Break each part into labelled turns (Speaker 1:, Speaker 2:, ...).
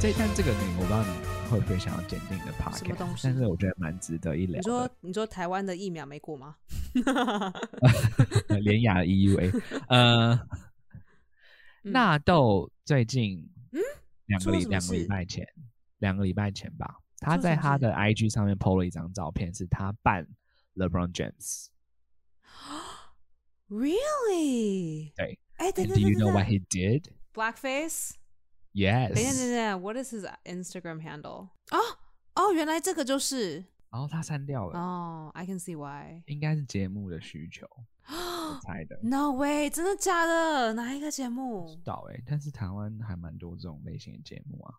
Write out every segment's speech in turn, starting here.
Speaker 1: 这但这个呢，我不知道你会不会想要检定的 p o
Speaker 2: 什
Speaker 1: c
Speaker 2: 么
Speaker 1: a s
Speaker 2: 东西
Speaker 1: t 但是我觉得蛮值得一聊
Speaker 2: 你
Speaker 1: 的
Speaker 2: 说。你说台湾的疫苗没 过吗？
Speaker 1: 呃廉雅的 EUA，呃，
Speaker 2: 嗯
Speaker 1: 纳豆最近
Speaker 2: 嗯
Speaker 1: 两
Speaker 2: 出
Speaker 1: 个
Speaker 2: 了
Speaker 1: 礼
Speaker 2: 什么
Speaker 1: 两个礼
Speaker 2: 事
Speaker 1: 拜前，两个礼拜前吧，他
Speaker 2: 出了
Speaker 1: 在
Speaker 2: 什么
Speaker 1: 他
Speaker 2: 事
Speaker 1: 的 IG 上面 PO 了一张照片，是他扮 LeBron James。
Speaker 2: Really？
Speaker 1: 对。
Speaker 2: 哎，等
Speaker 1: And
Speaker 2: 等
Speaker 1: do
Speaker 2: 等
Speaker 1: you know
Speaker 2: 等
Speaker 1: what
Speaker 2: 等
Speaker 1: he did?
Speaker 2: ，Blackface。等一下，等一
Speaker 1: Yes。啊
Speaker 2: 下，What is his Instagram handle？哦哦，原来这个就是
Speaker 1: 然后他删掉了，
Speaker 2: 哦，I can see why。
Speaker 1: 应该是节目的需求，我猜的。
Speaker 2: 哦 No way！真的假的？哪一个节目？
Speaker 1: 到哎、但是台湾还蛮多这种类型的节目啊，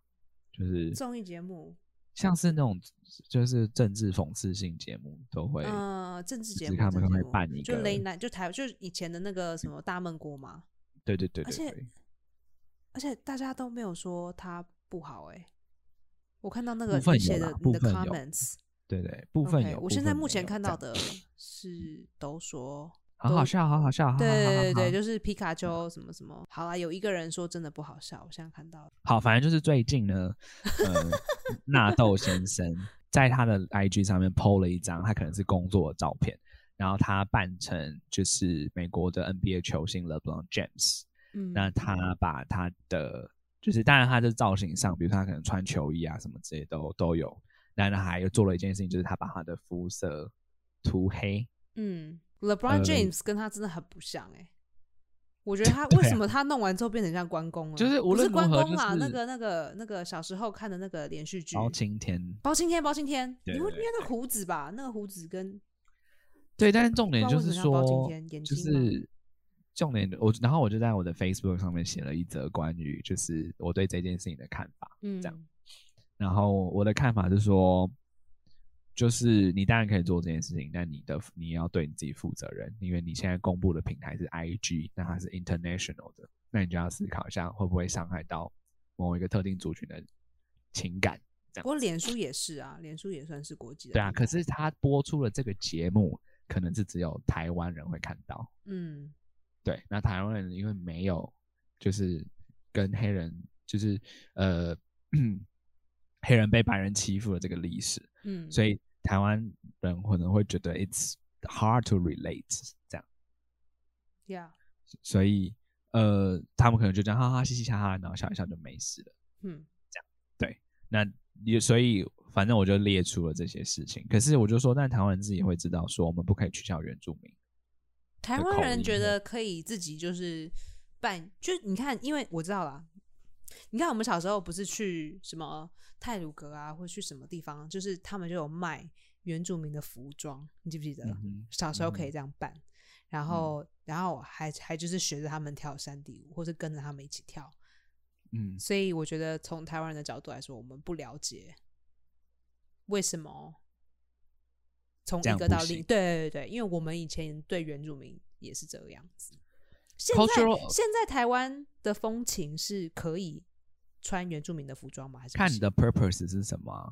Speaker 1: 就是
Speaker 2: 综艺节目？
Speaker 1: 像是那种就是政治讽刺性节目都会，
Speaker 2: 嗯，政治
Speaker 1: 就
Speaker 2: 节
Speaker 1: 是
Speaker 2: 目，
Speaker 1: 他
Speaker 2: 政
Speaker 1: 们
Speaker 2: 治
Speaker 1: 会
Speaker 2: 节目
Speaker 1: 办一
Speaker 2: 就
Speaker 1: 个
Speaker 2: late night，就台就是以前的那个什么大闷锅嘛。
Speaker 1: 对对对
Speaker 2: 而
Speaker 1: 对
Speaker 2: 且
Speaker 1: 对，
Speaker 2: 而且大家都没有说他不好哎、我看到那
Speaker 1: 部
Speaker 2: 个
Speaker 1: 分
Speaker 2: 你
Speaker 1: 有
Speaker 2: 写
Speaker 1: 啦
Speaker 2: 的
Speaker 1: 部
Speaker 2: 你的
Speaker 1: 分有
Speaker 2: comments，
Speaker 1: 对对，部分
Speaker 2: OK，
Speaker 1: 有。
Speaker 2: 我
Speaker 1: 部
Speaker 2: 现在
Speaker 1: 分
Speaker 2: 目
Speaker 1: 没
Speaker 2: 前
Speaker 1: 有
Speaker 2: 看
Speaker 1: 这
Speaker 2: 到
Speaker 1: 样
Speaker 2: 的 是都说，
Speaker 1: 好
Speaker 2: 都
Speaker 1: 好笑，好好笑，哈哈哈哈
Speaker 2: 对对
Speaker 1: 哈嗯
Speaker 2: 对，就是皮卡丘什么什么。好啦，有一个人说真的不好笑，我现在看到了。
Speaker 1: 好，反正就是最近呢，呃，纳豆先生在他的 IG 上面 PO 了一张他可能是工作的照片，然后他扮成就是美国的 NBA 球星 LeBron James，
Speaker 2: 嗯，
Speaker 1: 那他把他的就是当然他的造型上，比如他可能穿球衣啊什么之类都都有，那他还有做了一件事情，就是他把他的肤色涂黑，
Speaker 2: 嗯
Speaker 1: 呃
Speaker 2: ，LeBron James 跟他真的很不像哎、我觉得他为
Speaker 1: 对啊
Speaker 2: 什么他弄完之后变成像关公了？
Speaker 1: 就是无
Speaker 2: 不
Speaker 1: 论
Speaker 2: 是
Speaker 1: 如
Speaker 2: 关
Speaker 1: 何
Speaker 2: 公
Speaker 1: 就
Speaker 2: 啦，那
Speaker 1: 是
Speaker 2: 个那个那个小时候看的那个连续剧，
Speaker 1: 包青天。
Speaker 2: 包青天，包青天，
Speaker 1: 对
Speaker 2: 你会
Speaker 1: 对
Speaker 2: 因为那个胡子吧，那个胡子跟
Speaker 1: 对，但是重点
Speaker 2: 不知
Speaker 1: 就
Speaker 2: 道为
Speaker 1: 是
Speaker 2: 什么要包青
Speaker 1: 说
Speaker 2: 天，眼
Speaker 1: 就
Speaker 2: 睛吗
Speaker 1: 是重点我，然后我就在我的 Facebook 上面写了一则关于就是我对这件事情的看法。
Speaker 2: 嗯
Speaker 1: 这样然后我的看法是说，就是你当然可以做这件事情，但你的你也要对你自己负责任，因为你现在公布的平台是 IG，那它是 international 的，那你就要思考一下会不会伤害到某一个特定族群的情感。这样
Speaker 2: 不过脸书也是啊，脸书也算是国际的
Speaker 1: 对啊，
Speaker 2: 平台。
Speaker 1: 可是它播出了这个节目，可能是只有台湾人会看到。
Speaker 2: 嗯
Speaker 1: 对，那台湾人因为没有就是跟黑人就是呃 黑人被白人欺负的这个历史，
Speaker 2: 嗯，
Speaker 1: 所以台湾人可能会觉得 it's hard to relate 这样，
Speaker 2: 以 yeah，
Speaker 1: 所以呃他们可能就这样哈哈嘻嘻哈哈，然后笑一笑就没事了。
Speaker 2: 嗯
Speaker 1: 那也所以反正我就列出了这些事情，可是我就说，但台湾人自己也会知道说我们不可以取消原住民。
Speaker 2: 台
Speaker 1: 的
Speaker 2: 湾
Speaker 1: 口
Speaker 2: 人
Speaker 1: 音
Speaker 2: 觉
Speaker 1: 的
Speaker 2: 得可以自己就是办，就你看，因为我知道啦，你看我们小时候不是去什么泰鲁阁啊，或者去什么地方，就是他们就有卖原住民的服装，你记不记得？
Speaker 1: 嗯哼
Speaker 2: 小时候可以
Speaker 1: 嗯
Speaker 2: 这样办，然后然后还还就是学着他们跳山地舞，或是跟着他们一起跳。
Speaker 1: 嗯，
Speaker 2: 所以我觉得从台湾人的角度来说，我们不了解为什么从
Speaker 1: 这
Speaker 2: 一
Speaker 1: 样
Speaker 2: 个
Speaker 1: 不
Speaker 2: 到另
Speaker 1: 行
Speaker 2: 对对对，因为我们以前对原住民也是这个样子。现在
Speaker 1: Cultural-
Speaker 2: 现在台湾的风情是可以穿原住民的服装吗？还是不
Speaker 1: 看你
Speaker 2: 行
Speaker 1: 的 purpose 是什么啊、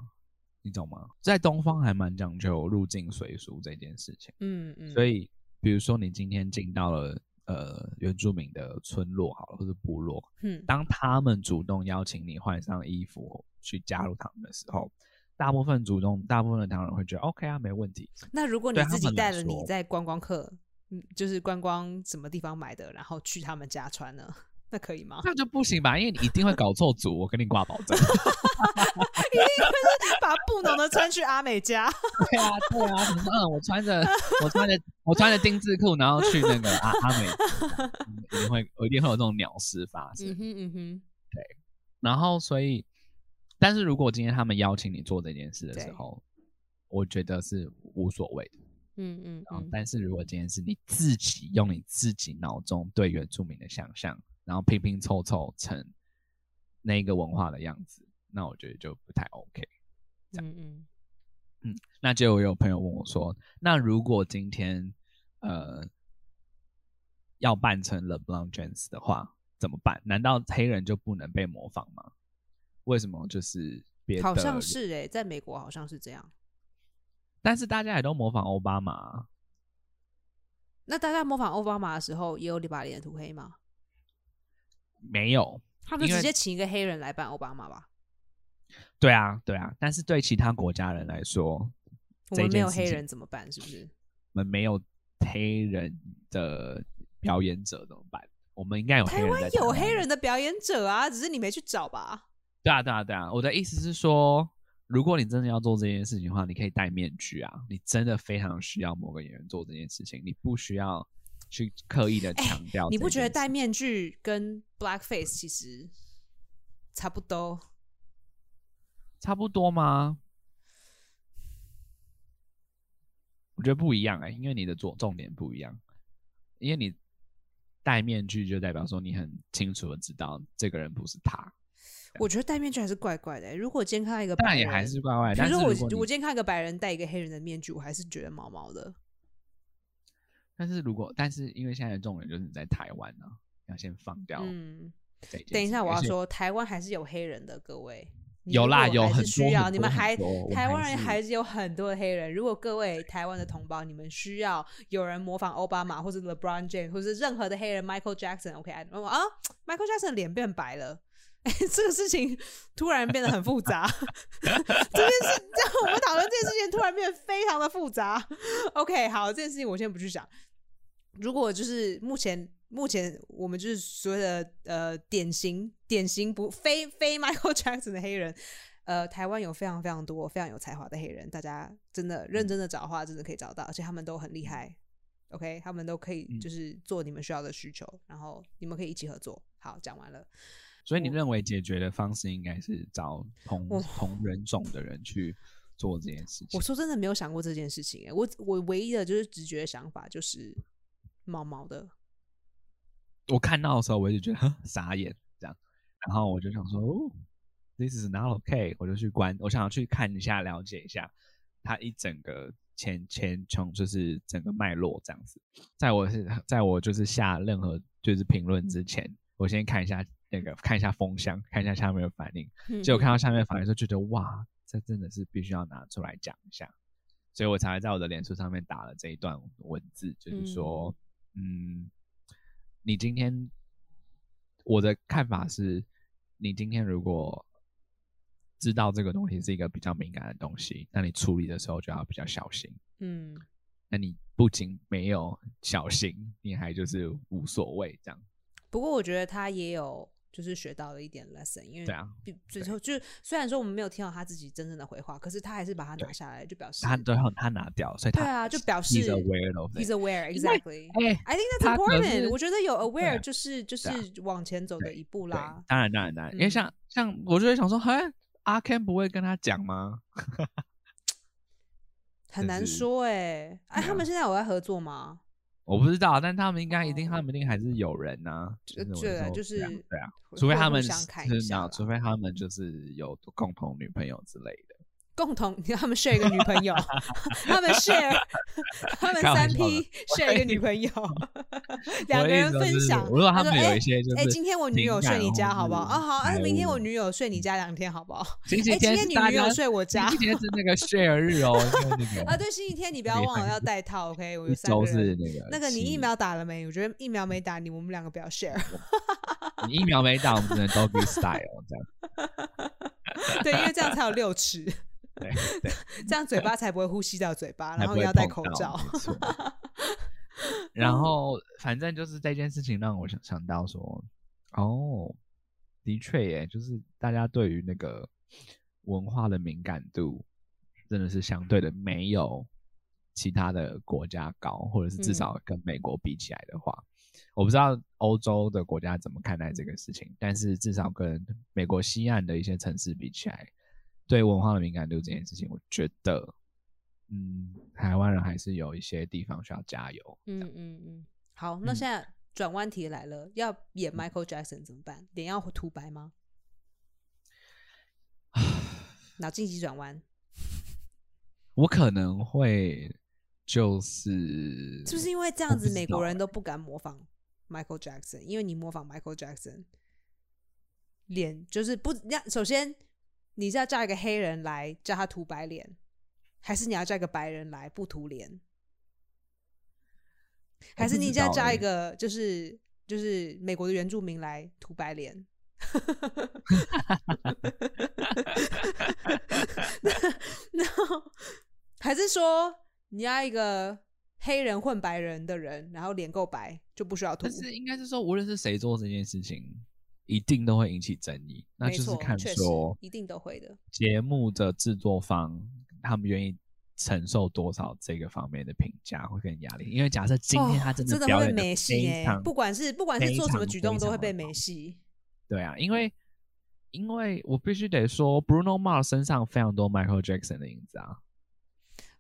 Speaker 1: 你懂吗？在东方还蛮讲究入境随俗这件事情，
Speaker 2: 嗯嗯，
Speaker 1: 所
Speaker 2: 以
Speaker 1: 以比如说你今天进到了呃原住民的村落好了，或者部落，
Speaker 2: 嗯
Speaker 1: 当他们主动邀请你换上衣服去加入他们的时候，大部分主动大部分的唐人会觉得 OK 啊，没问题。
Speaker 2: 那如果你
Speaker 1: 对他
Speaker 2: 自己
Speaker 1: 们来
Speaker 2: 带了你
Speaker 1: 说
Speaker 2: 在观光客，嗯，就是观光什么地方买的，然后去他们家穿呢， 那可以吗？
Speaker 1: 那就不行吧，因为你一定会搞错组，我跟你挂保证。
Speaker 2: 把布农的穿去阿美家。
Speaker 1: 对啊，对啊，你说 嗯，我穿着我穿着我穿着丁字裤，然后去那个阿阿美族，嗯一定会我一定会有这种鸟事发生。
Speaker 2: 嗯哼嗯哼，
Speaker 1: 然后所以，但是如果今天他们邀请你做这件事的时
Speaker 2: 对
Speaker 1: 候，我觉得是无所谓的。
Speaker 2: 嗯嗯
Speaker 1: 啊
Speaker 2: 嗯，
Speaker 1: 但是如果今天是你自己用你自己脑中对原住民的想象，然后拼拼凑凑成那个文化的样子，那我觉得就不太 OK。
Speaker 2: 嗯嗯，
Speaker 1: 那就有朋友问我说，那如果今天呃要扮成 LeBron James 的话，怎么办？难道黑人就不能被模仿吗？为什么就是别的？
Speaker 2: 好像，是哎、在美国好像是这样。
Speaker 1: 但是大家也都模仿奥巴马啊，
Speaker 2: 那大家模仿奥巴马的时候，也有把脸涂黑吗？
Speaker 1: 没有？
Speaker 2: 他们
Speaker 1: 因
Speaker 2: 直
Speaker 1: 为
Speaker 2: 接请一个黑人来扮奥巴马吧？
Speaker 1: 对啊，对啊，但是对其他国家人来说，
Speaker 2: 我
Speaker 1: 这
Speaker 2: 们没
Speaker 1: 件
Speaker 2: 有
Speaker 1: 事
Speaker 2: 黑
Speaker 1: 情
Speaker 2: 人怎么办？是不是？
Speaker 1: 我们没有黑人的表演者怎么办？我们应该哦有黑
Speaker 2: 台
Speaker 1: 人在
Speaker 2: 湾
Speaker 1: 台
Speaker 2: 有
Speaker 1: 湾
Speaker 2: 黑人的表演者啊，只是你没去找吧？
Speaker 1: 对啊，对啊，对啊。我的意思是说，如果你真的要做这件事情的话，你可以戴面具啊。你真的非常需要某个演员做这件事情，你不需要去刻意的
Speaker 2: 哎
Speaker 1: 强调、
Speaker 2: 你不觉得戴？面具跟 blackface 其实差不多？
Speaker 1: 差不多吗？我觉得不一样哎、因为你的重重点不一样，因为你戴面具就代表说你很清楚的知道这个人不是他，
Speaker 2: 我觉得戴面具还是怪怪的欸、如果我今天看到一个
Speaker 1: 啊当
Speaker 2: 白
Speaker 1: 然
Speaker 2: 人，
Speaker 1: 也还是怪怪。
Speaker 2: 比
Speaker 1: 但
Speaker 2: 如
Speaker 1: 是如
Speaker 2: 说我
Speaker 1: 果你
Speaker 2: 我今天看一个白人戴一个黑人的面具，我还是觉得毛毛的。
Speaker 1: 但是如果但是因为现在的重点就是你在台湾呢、啊，要先放掉
Speaker 2: 嗯，
Speaker 1: 这件
Speaker 2: 等一
Speaker 1: 事
Speaker 2: 下
Speaker 1: 情
Speaker 2: 我要
Speaker 1: 而且
Speaker 2: 说，台湾还是有黑人的，各位。你
Speaker 1: 有
Speaker 2: 如
Speaker 1: 啦，
Speaker 2: 果
Speaker 1: 有
Speaker 2: 还是
Speaker 1: 很多
Speaker 2: 需要
Speaker 1: 很
Speaker 2: 你
Speaker 1: 多
Speaker 2: 们
Speaker 1: 很
Speaker 2: 还
Speaker 1: 多我们
Speaker 2: 台湾人
Speaker 1: 是
Speaker 2: 还是有很多的黑人。如果各位台湾的同胞，你们需要有人模仿奥巴马或者 LeBron James 或者是任何的黑人 Michael Jackson，OK，、I don't know 啊，Michael Jackson 脸变白了。哎，这个事情突然变得很复杂， 这件事，我们讨论这件事情突然变得非常的复杂。OK，好，这件事情我先不去想。如果就是目前目前我们就是所谓的呃典型典型不非非 Michael Jackson 的黑人，呃，台湾有非常非常多非常有才华的黑人，大家真的认真的找的话，真的可以找到，而且他们都很厉害。OK，他们都可以
Speaker 1: 嗯
Speaker 2: 就是做你们需要的需求，然后你们可以一起合作。好，讲完了。
Speaker 1: 所以你认为解决的方式应该是找同
Speaker 2: 我
Speaker 1: 同人种的人去做这件 事情
Speaker 2: 我？说真的没有想过这件事情、欸，我我唯一的就是直觉想法就是毛毛的，
Speaker 1: 我看到的时候我就觉得 呵傻眼这样，然后我就想说哦，this is not okay，我就去关，我想要去看一下了解一下他一整个前前从就是整个脉络这样子。在我是在我就是下任何就是评论之前，我先看一下那个看一下风向，看一下下面的反应。
Speaker 2: 嗯
Speaker 1: 结果看到下面的反应，就觉得哇，这真的是必须要拿出来讲一下，所以我才会在我的脸书上面打了这一段文字，就是说，嗯你今天我的看法是，你今天如果知道这个东西是一个比较敏感的东西，那你处理的时候就要比较小心。
Speaker 2: 嗯，
Speaker 1: 那你不仅没有小心，你还就是无所谓这样。
Speaker 2: 不过我觉得他也有就是学到了一点 lesson，因为
Speaker 1: 对啊
Speaker 2: 比，最后就是虽然说我们没有听到他自己真正的回话，可是他还是把它拿下来，就表示
Speaker 1: 他最后他拿掉，所以他
Speaker 2: 对啊，就表示
Speaker 1: he's aware of
Speaker 2: he's
Speaker 1: it。
Speaker 2: aware
Speaker 1: 因为
Speaker 2: exactly。
Speaker 1: 哎、
Speaker 2: I think
Speaker 1: 他
Speaker 2: that's
Speaker 1: 可
Speaker 2: important。
Speaker 1: 是
Speaker 2: 我觉得有
Speaker 1: 对啊
Speaker 2: aware 就是就
Speaker 1: 对啊
Speaker 2: 是往前走的一步
Speaker 1: 对
Speaker 2: 啦，。
Speaker 1: 当然当然当然，因为
Speaker 2: 嗯
Speaker 1: 像像我就会想说，嘿，阿 Ken 不会跟他讲吗？
Speaker 2: 很难
Speaker 1: 就是
Speaker 2: 说哎，哎，
Speaker 1: 对啊
Speaker 2: 他们现在有在合作吗？
Speaker 1: 我不知道，但他们应该一定，
Speaker 2: 哦
Speaker 1: 他们一定还是有人呐、啊。
Speaker 2: 这
Speaker 1: 就是我
Speaker 2: 这
Speaker 1: 说
Speaker 2: 就是
Speaker 1: 对啊对啊，
Speaker 2: 会
Speaker 1: 除非
Speaker 2: 会
Speaker 1: 他
Speaker 2: 互
Speaker 1: 们
Speaker 2: 相
Speaker 1: 是
Speaker 2: 看一
Speaker 1: 就是
Speaker 2: 下
Speaker 1: 那，
Speaker 2: 啦嗯
Speaker 1: 除非他们就是有共同女朋友之类的。
Speaker 2: 共同， 他们 share 一个女 朋友，他们 share，他们
Speaker 1: 开玩
Speaker 2: 三
Speaker 1: 笑的
Speaker 2: P
Speaker 1: 我
Speaker 2: share 一
Speaker 1: 的
Speaker 2: 个
Speaker 1: 意
Speaker 2: 女
Speaker 1: 思
Speaker 2: 朋友， 两
Speaker 1: 我
Speaker 2: 个
Speaker 1: 的意
Speaker 2: 人
Speaker 1: 思
Speaker 2: 分
Speaker 1: 就是
Speaker 2: 享。
Speaker 1: 我说他
Speaker 2: 说
Speaker 1: 们有
Speaker 2: 哎
Speaker 1: 一些就
Speaker 2: 哎、
Speaker 1: 是
Speaker 2: 今天我女
Speaker 1: 情
Speaker 2: 友睡
Speaker 1: 感哦
Speaker 2: 你
Speaker 1: 或
Speaker 2: 家好不好？
Speaker 1: 是
Speaker 2: 啊好，啊，
Speaker 1: 财
Speaker 2: 明天我
Speaker 1: 务
Speaker 2: 女友睡你家两天好不好？
Speaker 1: 星
Speaker 2: 哎、
Speaker 1: 期
Speaker 2: 今
Speaker 1: 天是
Speaker 2: 天你
Speaker 1: 大
Speaker 2: 女
Speaker 1: 家
Speaker 2: 友睡我家
Speaker 1: 星期天是那个 share 日哦，因为那个
Speaker 2: 啊？对，星期天你不要
Speaker 1: 礼
Speaker 2: 忘了
Speaker 1: 拜
Speaker 2: 要带套，OK？我有
Speaker 1: 一
Speaker 2: 三
Speaker 1: 周
Speaker 2: 个
Speaker 1: 是
Speaker 2: 人。
Speaker 1: 那个
Speaker 2: 那个你
Speaker 1: 七
Speaker 2: 疫苗打了没？我觉得疫苗没打你，我们两个不要 share。
Speaker 1: 你疫苗没打，我们只能 doggy style 这样。
Speaker 2: 对，因为这样才有六尺，
Speaker 1: 对对，
Speaker 2: 这样嘴巴才不会呼吸到嘴巴，
Speaker 1: 才
Speaker 2: 然
Speaker 1: 不
Speaker 2: 后
Speaker 1: 会
Speaker 2: 也要戴
Speaker 1: 碰
Speaker 2: 口
Speaker 1: 到
Speaker 2: 罩。嗯
Speaker 1: 没 错然后反正就是这件事情让我想想到说，哦，的确耶，就是大家对于那个文化的敏感度，真的是相对的没有其他的国家高，或者是至
Speaker 2: 嗯
Speaker 1: 少跟美国比起来的话，我不知道欧洲的国家怎么看待这个事情，但是至少跟美国西岸的一些城市比起来，对文化的敏感度这件事情，我觉得，嗯，台湾人还是有一些地方需要加油。
Speaker 2: 嗯嗯嗯，好，那
Speaker 1: 嗯
Speaker 2: 现在转弯题来了，要演 Michael Jackson 怎么办？脸要涂白 吗？脑筋急转弯，
Speaker 1: 我可能会就是
Speaker 2: 是不是因为这
Speaker 1: 我
Speaker 2: 样
Speaker 1: 不
Speaker 2: 子
Speaker 1: 知
Speaker 2: 美国
Speaker 1: 道欸
Speaker 2: 人都不敢模仿 Michael Jackson？因为你模仿 Michael Jackson，脸就是不那首先你是要叫一个黑人来叫他涂白脸，还是你要叫一个白人来不涂脸？还是你
Speaker 1: 知道
Speaker 2: 要叫
Speaker 1: 欸
Speaker 2: 一个就是 就是美国的原住民来涂白脸？ 然后还是说你要一个黑人混白人的人，然后脸够白就不需要涂
Speaker 1: 但。是应该是说，无论是谁做这件事情，一定都会引起争议。那
Speaker 2: 没
Speaker 1: 就
Speaker 2: 错，
Speaker 1: 是看
Speaker 2: 确实
Speaker 1: 说
Speaker 2: 一定都会的。
Speaker 1: 节目的制作方他们愿意承受多少这个方面的评价会跟压力。因为假设今天他
Speaker 2: 哦
Speaker 1: 真
Speaker 2: 真
Speaker 1: 的表
Speaker 2: 会
Speaker 1: 演得非
Speaker 2: 美戏哎、
Speaker 1: 常
Speaker 2: 不管是不管是
Speaker 1: 非
Speaker 2: 做什么
Speaker 1: 常
Speaker 2: 举
Speaker 1: 非
Speaker 2: 动都
Speaker 1: 常
Speaker 2: 会
Speaker 1: 地
Speaker 2: 被
Speaker 1: 好
Speaker 2: 美戏。
Speaker 1: 对啊，因
Speaker 2: 嗯
Speaker 1: 为因为我必须得说，Bruno Mars 身上非常多 Michael Jackson 的影子啊。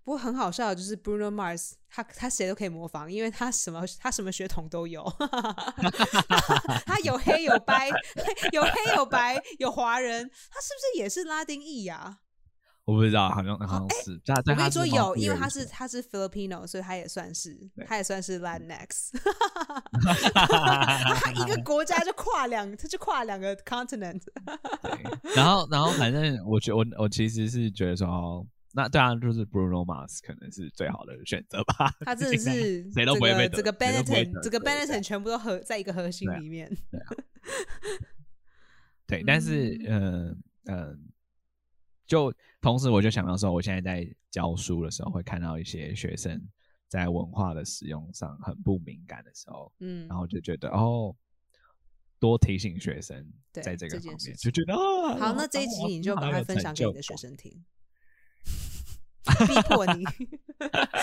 Speaker 2: 不过很好笑的就是 Bruno Mars，他他谁都可以模仿，因为他什么他什么血统都有， 他有黑有白，有黑有白，有华人，他是不是也是拉丁裔呀、
Speaker 1: 我不知道，好像好像是，但
Speaker 2: 哦我
Speaker 1: 但
Speaker 2: 跟
Speaker 1: 他
Speaker 2: 你说
Speaker 1: 是
Speaker 2: 有，因为
Speaker 1: multi-racial
Speaker 2: 他是他是 Filipino，所以他也算是
Speaker 1: 对
Speaker 2: 他也算是 Latinx，他 一个国家就跨两，他就跨两个 continent。
Speaker 1: 对 然后，然后反正我觉我我其实是觉得说，哦那对啊，就是 Bruno Mars 可能是最好的选择吧。
Speaker 2: 他真的是
Speaker 1: 谁都
Speaker 2: 这
Speaker 1: 不会
Speaker 2: 个
Speaker 1: 被得
Speaker 2: 这个
Speaker 1: 谁都不会
Speaker 2: Benetton
Speaker 1: 得
Speaker 2: 这个
Speaker 1: 罪
Speaker 2: Benetton 全部都合在一个核心
Speaker 1: 对啊
Speaker 2: 里面。
Speaker 1: 对，但是嗯嗯、呃就同时我就想到说，我现在在教书的时候会看到一些学生在文化的使用上很不敏感的时候，
Speaker 2: 嗯
Speaker 1: 然，后就觉得哦，多提醒学生
Speaker 2: 对
Speaker 1: 在这
Speaker 2: 这
Speaker 1: 个
Speaker 2: 件
Speaker 1: 方
Speaker 2: 事
Speaker 1: 面，
Speaker 2: 情
Speaker 1: 就觉得啊，
Speaker 2: 好，那这一集
Speaker 1: 啊
Speaker 2: 你就赶快分享给你的学。生听，逼迫你，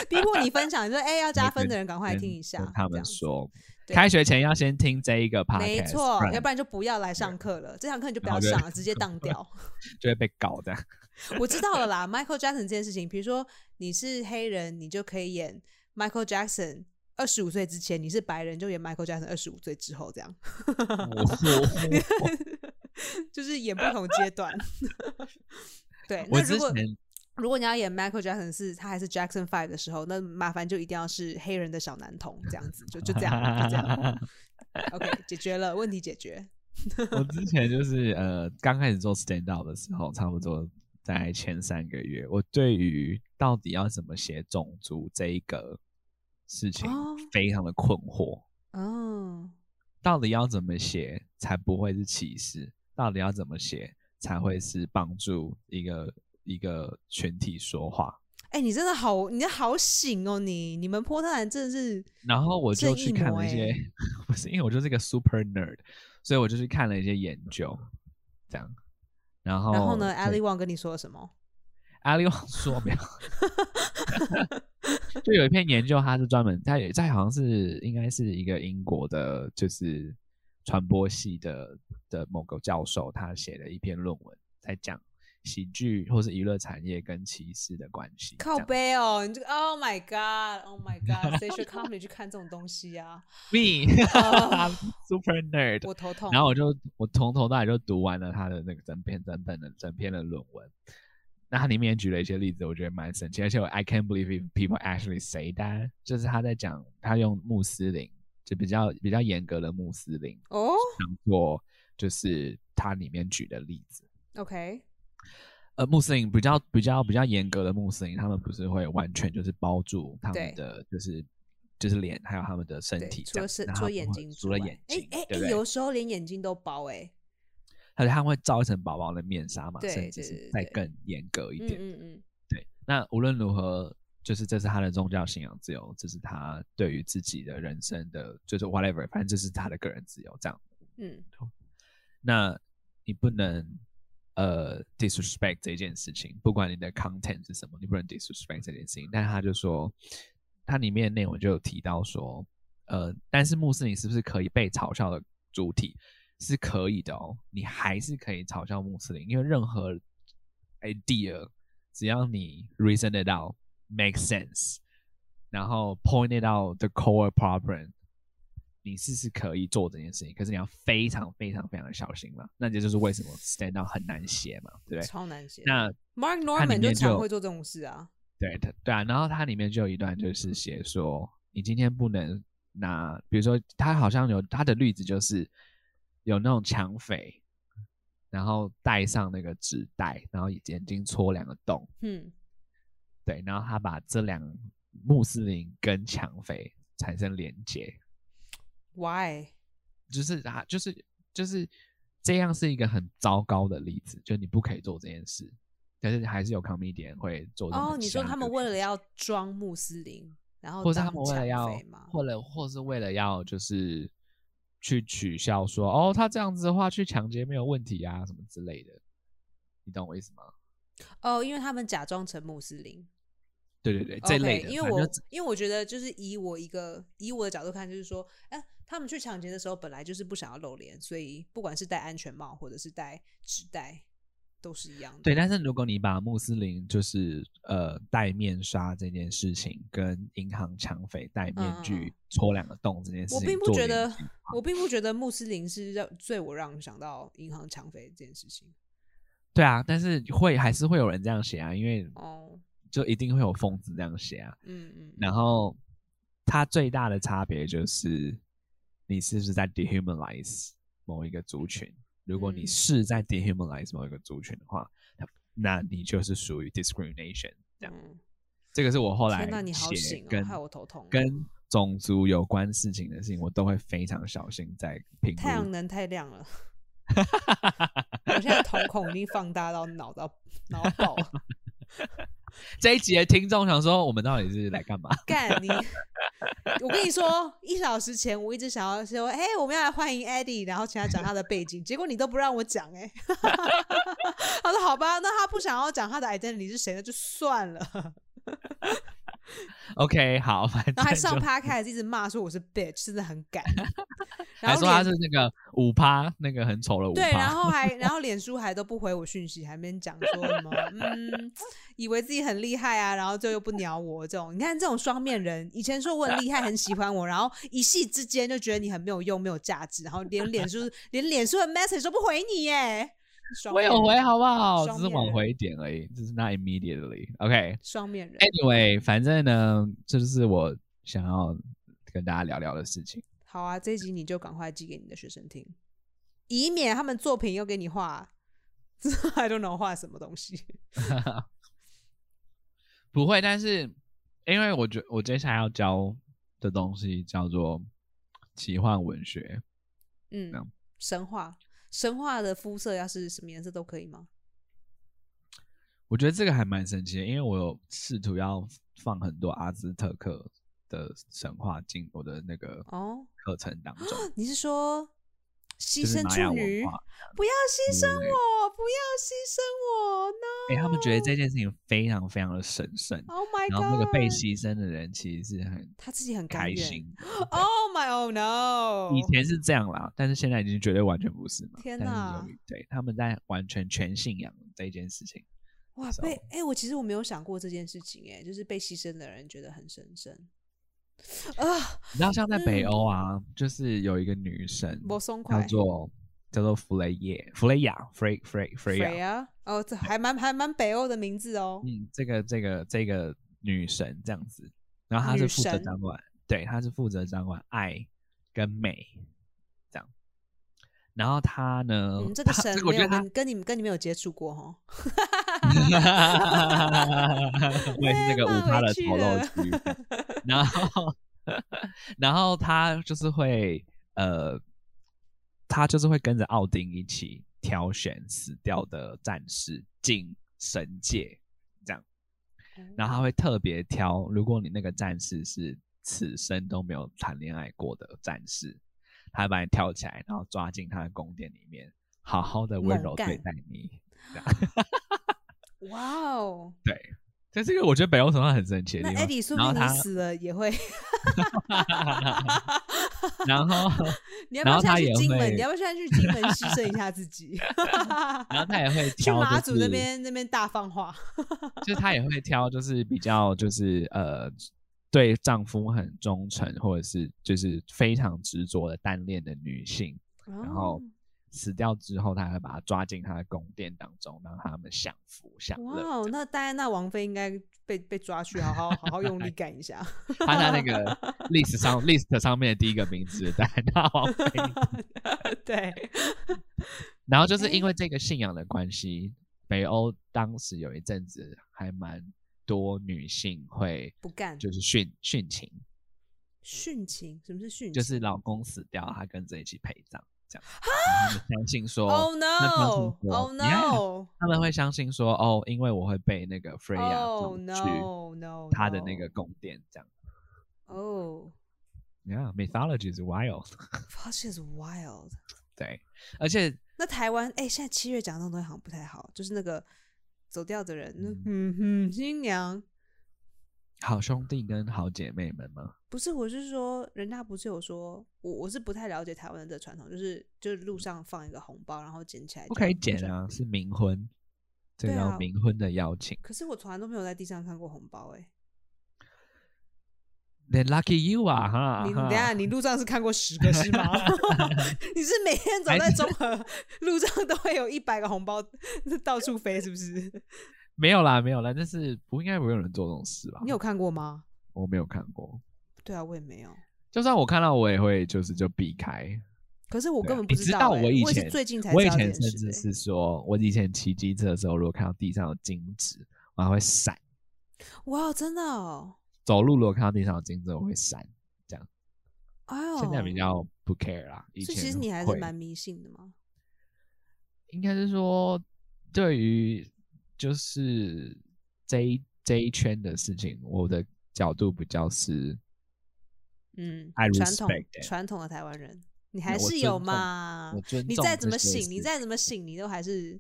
Speaker 2: 逼迫你分享，你说哎要
Speaker 1: 我好
Speaker 2: 加
Speaker 1: 有成就感
Speaker 2: 分的人赶快
Speaker 1: 跟
Speaker 2: 听一下
Speaker 1: 跟，他
Speaker 2: 这
Speaker 1: 们
Speaker 2: 样子
Speaker 1: 说，
Speaker 2: 对
Speaker 1: 开学前要先听这一个 podcast，
Speaker 2: 没错
Speaker 1: 不，然
Speaker 2: 要不然就不要来上课了，这堂课你就不
Speaker 1: 然
Speaker 2: 要
Speaker 1: 后就
Speaker 2: 上了，直接当掉。
Speaker 1: 就会被搞的。
Speaker 2: 我知道了啦，Michael Jackson 这件事情，比如说你是黑人，你就可以演 Michael Jackson。二十五岁之前你是白人，就演 Michael Jackson；二十五岁之后，这样
Speaker 1: 我我
Speaker 2: 就是演不同阶段。 对，
Speaker 1: 我
Speaker 2: 那
Speaker 1: 之
Speaker 2: 如果
Speaker 1: 前
Speaker 2: 如果你要演 Michael Jackson 是他还是 Jackson Five 的时候，那麻烦就一定要是黑人的小男童这样子，就就这样，就这样。OK，解决了问题，解决。
Speaker 1: 我之前就是呃，刚开始做 stand up 的时候，差不多在前三个月，我对于到底要怎么写种族这一个事情
Speaker 2: 哦
Speaker 1: 非常的困惑。
Speaker 2: 哦，
Speaker 1: 到底要怎么写才不会是歧视？到底要怎么写才会是帮助一个一个群体说话？
Speaker 2: 哎、你真的好，你真的好醒哦，你你们波特兰真的是
Speaker 1: 然后我就
Speaker 2: 正
Speaker 1: 去
Speaker 2: 义
Speaker 1: 看
Speaker 2: 魔
Speaker 1: 了一
Speaker 2: 欸
Speaker 1: 些， 不是因为我就是个 super nerd，所以我就去看了一些研究，这样。然后，
Speaker 2: 然后呢
Speaker 1: 哦对
Speaker 2: ，Ali Wong 跟你说了什么？
Speaker 1: 阿里网说 没有，就有一篇研究，它是专门，它也在好像是应该是一个英国的，就是传播系的的某个教授，他写了一篇论文，在讲喜剧或是娱乐产业跟歧视的关系。
Speaker 2: 靠
Speaker 1: 这样
Speaker 2: 背哦，你这个 Oh my God，Oh my God，谁学 comedy 去看这种东西啊？
Speaker 1: me
Speaker 2: 啊
Speaker 1: super nerd，
Speaker 2: 我头痛。
Speaker 1: 然后我就我从头到尾就读完了他的那个整篇整本的整篇的论文。那他里面也举了一些例子，我觉得蛮神奇，而且我 I can't believe if people actually say that，就是他在讲他用穆斯林，就比较比较严格的穆斯林
Speaker 2: 哦
Speaker 1: 当做就是他里面举的例子。
Speaker 2: ，OK，
Speaker 1: 呃，穆斯林比较比较比较严格的穆斯林，他们不是会完全就是包住他
Speaker 2: 对
Speaker 1: 们的就是就是脸，还有他们的身
Speaker 2: 对
Speaker 1: 体，这
Speaker 2: 除
Speaker 1: 样子
Speaker 2: 了是
Speaker 1: 那他
Speaker 2: 除了
Speaker 1: 不
Speaker 2: 眼
Speaker 1: 会
Speaker 2: 睛之
Speaker 1: 除了
Speaker 2: 外
Speaker 1: 眼睛，对
Speaker 2: 哎
Speaker 1: 不
Speaker 2: 哎哎，
Speaker 1: 对
Speaker 2: 有时候连眼睛都包哎、
Speaker 1: 而且它会造成宝宝的面纱嘛，
Speaker 2: 对
Speaker 1: 甚至
Speaker 2: 对对
Speaker 1: 是再
Speaker 2: 对
Speaker 1: 更严格一
Speaker 2: 嗯
Speaker 1: 点。
Speaker 2: 嗯嗯，
Speaker 1: 对，那无论如何，就是这是他的宗教信仰自由，这是他对于自己的人生的，就是 whatever，反正这是他的个人自由。这样，
Speaker 2: 嗯，
Speaker 1: 那你不能呃 disrespect 这件事情，不管你的 content 是什么，你不能 disrespect 这件事情。但他就说，它里面的内容就有提到说，呃，但是穆斯林是不是可以被嘲笑的主体是可以的哦，你还是可以嘲笑穆斯林，因为任何 idea 只要你 reason it out make sense，然后 point it out the core problem，你是是可以做这件事情，可是你要非常非常非常的小心嘛。那这就是为什么 stand out 很难写嘛，对不对？
Speaker 2: 超难写。
Speaker 1: 那
Speaker 2: Mark
Speaker 1: 它里
Speaker 2: Norman 就
Speaker 1: 面
Speaker 2: 常
Speaker 1: 就
Speaker 2: 会做这种事啊。
Speaker 1: 对它对啊，然后它里面就有一段就是写说，你今天不能拿，比如说他好像有他的例子就是有那种抢匪，然后戴上那个纸袋，然后眼睛戳两个洞，
Speaker 2: 嗯，
Speaker 1: 对，然后他把这两穆斯林跟抢匪产生连结，
Speaker 2: Why？
Speaker 1: 就是他就是就是这样是一个很糟糕的例子，就你不可以做这件事，但是还是有 comedian 会做这种
Speaker 2: 哦，你说
Speaker 1: 瞎
Speaker 2: 他们
Speaker 1: 的
Speaker 2: 为
Speaker 1: 事
Speaker 2: 了要装穆斯林，然后
Speaker 1: 或是他
Speaker 2: 当
Speaker 1: 们为了
Speaker 2: 抢
Speaker 1: 要
Speaker 2: 匪吗，
Speaker 1: 或者或是为了要就是去取笑说，哦，他这样子的话去抢劫没有问题啊，什么之类的，你懂我意思吗？
Speaker 2: 哦，因为他们假装成穆斯林
Speaker 1: 对对对，这
Speaker 2: OK，
Speaker 1: 类的，
Speaker 2: 因为
Speaker 1: 反正
Speaker 2: 我
Speaker 1: 就
Speaker 2: 因为我觉得就是以我一个以我的角度看，就是说，哎、他们去抢劫的时候本来就是不想要露脸，所以不管是戴安全帽或者是戴纸袋，都是一样的。
Speaker 1: 对。但是如果你把穆斯林就是呃戴面纱这件事情跟银行抢匪戴面
Speaker 2: 嗯嗯
Speaker 1: 具
Speaker 2: 嗯
Speaker 1: 戳两个洞这件事
Speaker 2: 我
Speaker 1: 情，
Speaker 2: 并不
Speaker 1: 做
Speaker 2: 觉
Speaker 1: 联
Speaker 2: 得
Speaker 1: 系，
Speaker 2: 我并不觉得穆斯林是让最我让想到银行抢匪这件事情。
Speaker 1: 对啊，但是会还是会有人这样写啊，因为
Speaker 2: 哦，
Speaker 1: 就一定会有疯子这样写啊。
Speaker 2: 嗯嗯，
Speaker 1: 然后它最大的差别就是，你是不是在 dehumanize 某一个族群？如果你
Speaker 2: 嗯
Speaker 1: 是在 dehumanize 某一个族群的话，那那你就是属于 discrimination。这样，
Speaker 2: 嗯，
Speaker 1: 这个是我后来
Speaker 2: 天哪，你好
Speaker 1: 写
Speaker 2: 醒哦，
Speaker 1: 跟
Speaker 2: 害我头痛。
Speaker 1: 跟种族有关事情的事情，我都会非常小心在评
Speaker 2: 太阳
Speaker 1: 估。
Speaker 2: 能太亮 了，我现在瞳孔已经放大到脑到脑爆了。
Speaker 1: 这一集的听众想说，我们到底是来干嘛？
Speaker 2: 干你！我跟你说，一小时前我一直想要说，哎、我们要来欢迎 Eddie，然后请他讲他的背景，结果你都不让我讲、哎， 他说好吧，那他不想要讲他的 identity 是谁，那就算了。
Speaker 1: OK，好，反正
Speaker 2: 然后还上
Speaker 1: 就
Speaker 2: podcast 一直骂说我是 bitch，真的很 敢。然
Speaker 1: 还
Speaker 2: 后
Speaker 1: 说他
Speaker 2: 脸
Speaker 1: 是那个五趴，那个很丑的五
Speaker 2: 对，然
Speaker 1: 趴。
Speaker 2: 后还然后脸书还都不回我讯息，还没讲说什么，嗯，以为自己很厉害啊，然后就又不鸟我这种。你看这种双面人，以前说我很厉害，很喜欢我，然后一夕之间就觉得你很没有用，没有价值，然后连脸书连脸书的 message 都不回你耶。双
Speaker 1: 我啊
Speaker 2: 面
Speaker 1: 有
Speaker 2: 人
Speaker 1: 回好不好？
Speaker 2: 双
Speaker 1: 只是
Speaker 2: 面
Speaker 1: 往
Speaker 2: 人
Speaker 1: 回一点而已，就是 not immediately。OK，
Speaker 2: 双面
Speaker 1: 哎
Speaker 2: 人，
Speaker 1: Anyway，反正呢，这就是我想要跟大家聊聊的事情。
Speaker 2: 好啊，这一集你就赶快寄给你的学生听，以免他们作品又给你画 ，I don't know 画什么东西。
Speaker 1: 不会，但是因为我觉我接下来要教的东西叫做奇幻文学，
Speaker 2: 嗯
Speaker 1: 样，
Speaker 2: 神话，神话的肤色要是什么颜色都可以吗？
Speaker 1: 我觉得这个还蛮神奇的，因为我有试图要放很多阿兹特克的神话进我的那个
Speaker 2: 哦
Speaker 1: 课程当中，
Speaker 2: 你是说牺
Speaker 1: 就是
Speaker 2: 牲
Speaker 1: 玛雅文
Speaker 2: 处女？
Speaker 1: 化。
Speaker 2: 不要牺牲
Speaker 1: 对
Speaker 2: 我，不要牺牲我，no！Oh
Speaker 1: 哎、他们觉得这件事情非常非常的神圣，
Speaker 2: my
Speaker 1: 然
Speaker 2: god！
Speaker 1: 后那个被牺牲的人其实是很
Speaker 2: 他自己很甘
Speaker 1: 开
Speaker 2: 愿。
Speaker 1: 心的。
Speaker 2: Oh my oh no！
Speaker 1: 以前是这样啦，但是现在已经绝对完全不是嘛。
Speaker 2: 天
Speaker 1: 但是
Speaker 2: 哪
Speaker 1: 有一对，他们在完全全信仰这件事情。
Speaker 2: 哇
Speaker 1: 少
Speaker 2: 被哎、我其实我没有想过这件事情、哎，就是被牺牲的人觉得很神圣啊，
Speaker 1: 你知道，像在北
Speaker 2: 嗯
Speaker 1: 欧啊，就是有一个女神
Speaker 2: 我松
Speaker 1: 叫
Speaker 2: 快。
Speaker 1: 做叫做弗雷耶弗雷亚弗雷弗雷弗雷亚，
Speaker 2: 啊，哦，这还蛮还蛮北欧的名字哦。
Speaker 1: 嗯，这个这个这个女神这样子，然后她是
Speaker 2: 女
Speaker 1: 负责
Speaker 2: 神
Speaker 1: 掌管，对，她是负责掌管爱跟美这样。然后她呢，
Speaker 2: 嗯，这个
Speaker 1: 她
Speaker 2: 神
Speaker 1: 我
Speaker 2: 没
Speaker 1: 觉
Speaker 2: 有
Speaker 1: 得她
Speaker 2: 跟跟你们跟你们有接触过哦。
Speaker 1: 我也是那个
Speaker 2: 哎
Speaker 1: 五趴
Speaker 2: 骂回
Speaker 1: 的
Speaker 2: 去
Speaker 1: 丑陋
Speaker 2: 了
Speaker 1: 区域。然后，然后他就是会呃，他就是会跟着奥丁一起挑选死掉的战士进神界，这样。
Speaker 2: 哦
Speaker 1: 然后他会特别挑，如果你那个战士是此生都没有谈恋爱过的战士，他会把你挑起来，然后抓进他的宫殿里面，好好的温
Speaker 2: 猛
Speaker 1: 柔对
Speaker 2: 干
Speaker 1: 待你。
Speaker 2: 哇哦，
Speaker 1: 在这个我觉得北欧神话很神奇的地
Speaker 2: 那艾
Speaker 1: 方
Speaker 2: 迪，说
Speaker 1: 然后
Speaker 2: 不定你
Speaker 1: 他，
Speaker 2: 死了也会，
Speaker 1: 然不后
Speaker 2: 你要
Speaker 1: 然
Speaker 2: 不要
Speaker 1: 后
Speaker 2: 现
Speaker 1: 他
Speaker 2: 在去
Speaker 1: 也
Speaker 2: 金门？
Speaker 1: 会
Speaker 2: 你要不要现在去金门 牺牲一下自己？
Speaker 1: 然后他也会
Speaker 2: 去
Speaker 1: 挑、就是，
Speaker 2: 马祖那，边那边大放话，
Speaker 1: 就是他也会挑，就是比较就是呃，对丈夫很忠诚，或者是就是非常执着的单恋的女性，然
Speaker 2: 然
Speaker 1: 后死掉之后，他还会把她抓进他的宫殿当中，让他们享福享
Speaker 2: 哇
Speaker 1: 乐。
Speaker 2: 哦，那戴安娜王妃应该被被抓去，好好好好用力干 一下。
Speaker 1: 他在那个 list 上 list 上面的第一个名字， 但他王妃。
Speaker 2: 对，
Speaker 1: 然后就是因
Speaker 2: 哎
Speaker 1: 为这个信仰的关系，北欧当时有一阵子还蛮多女性会
Speaker 2: 不干
Speaker 1: 就是殉殉情，
Speaker 2: 殉情，什么是殉情？啊
Speaker 1: 就是老公死掉，她跟着一起陪葬，这样，然后他们相信说
Speaker 2: Oh
Speaker 1: 那他怎么
Speaker 2: no!
Speaker 1: 活
Speaker 2: Oh
Speaker 1: 你看
Speaker 2: no!
Speaker 1: 他们会相信说，哦，因为我会被那个
Speaker 2: Oh
Speaker 1: Freya 抓去
Speaker 2: no! No!
Speaker 1: 他的那个
Speaker 2: no.
Speaker 1: 宫殿这样。
Speaker 2: Oh,
Speaker 1: Yeah, mythology is wild。
Speaker 2: fuck is wild.
Speaker 1: 对，而且
Speaker 2: 那台湾哎、现在七月讲这种东西好像不太好，就是那个走掉的人，嗯哼，新娘
Speaker 1: 好兄弟跟好姐妹们嘛，
Speaker 2: 不是，我是说，人家不是有说，我我是不太了解台湾的这个传统，就是就是路上放一个红包，然后捡起来
Speaker 1: 不可以
Speaker 2: 就
Speaker 1: 捡。啊，是冥婚，这
Speaker 2: 对
Speaker 1: 叫
Speaker 2: 啊
Speaker 1: 冥婚的邀请。
Speaker 2: 可是我从来都没有在地上看过红包哎、
Speaker 1: Then lucky you 啊哈，
Speaker 2: 你你
Speaker 1: 哈
Speaker 2: 等一下，你路上是看过十个是 吗？ 你是每天走
Speaker 1: 还
Speaker 2: 在
Speaker 1: 是
Speaker 2: 中和路上都会有一百个红包到处飞，是不是？
Speaker 1: 没有啦，没有啦，但是不应该不会有人做这种事吧？
Speaker 2: 你有？看过吗？
Speaker 1: 我没有看过，
Speaker 2: 对啊，我也没有。
Speaker 1: 就算我看到，我也会就是就避开。
Speaker 2: 可是我
Speaker 1: 对啊
Speaker 2: 根本
Speaker 1: 你
Speaker 2: 不
Speaker 1: 知
Speaker 2: 道、
Speaker 1: 道
Speaker 2: 欸，
Speaker 1: 我
Speaker 2: 我
Speaker 1: 以
Speaker 2: 也是
Speaker 1: 前
Speaker 2: 最近才
Speaker 1: 我
Speaker 2: 知
Speaker 1: 以
Speaker 2: 道这
Speaker 1: 前
Speaker 2: 件
Speaker 1: 甚
Speaker 2: 事
Speaker 1: 至
Speaker 2: 的欸、
Speaker 1: 是说，我以前骑机车的时候，如果看到地上有金子，我还会闪；
Speaker 2: 哇，真的哦，
Speaker 1: 走路如果看到地上有金子，我会闪。
Speaker 2: 哎呦，
Speaker 1: 现在比较不 care 啦，以
Speaker 2: 所
Speaker 1: 前
Speaker 2: 以其实你还是
Speaker 1: 会
Speaker 2: 蛮迷信的嘛。
Speaker 1: 应该是说，对于就是这一这一圈的事情，我的角度比较是
Speaker 2: 嗯
Speaker 1: I，
Speaker 2: 传统
Speaker 1: respect it
Speaker 2: 传统的台湾人，你
Speaker 1: 我
Speaker 2: 还是
Speaker 1: 尊
Speaker 2: 有
Speaker 1: 重
Speaker 2: 嘛
Speaker 1: 我？尊
Speaker 2: 啊你
Speaker 1: 重
Speaker 2: 再
Speaker 1: 这
Speaker 2: 怎么
Speaker 1: 些
Speaker 2: 醒，你
Speaker 1: 事
Speaker 2: 再怎么醒，你都还是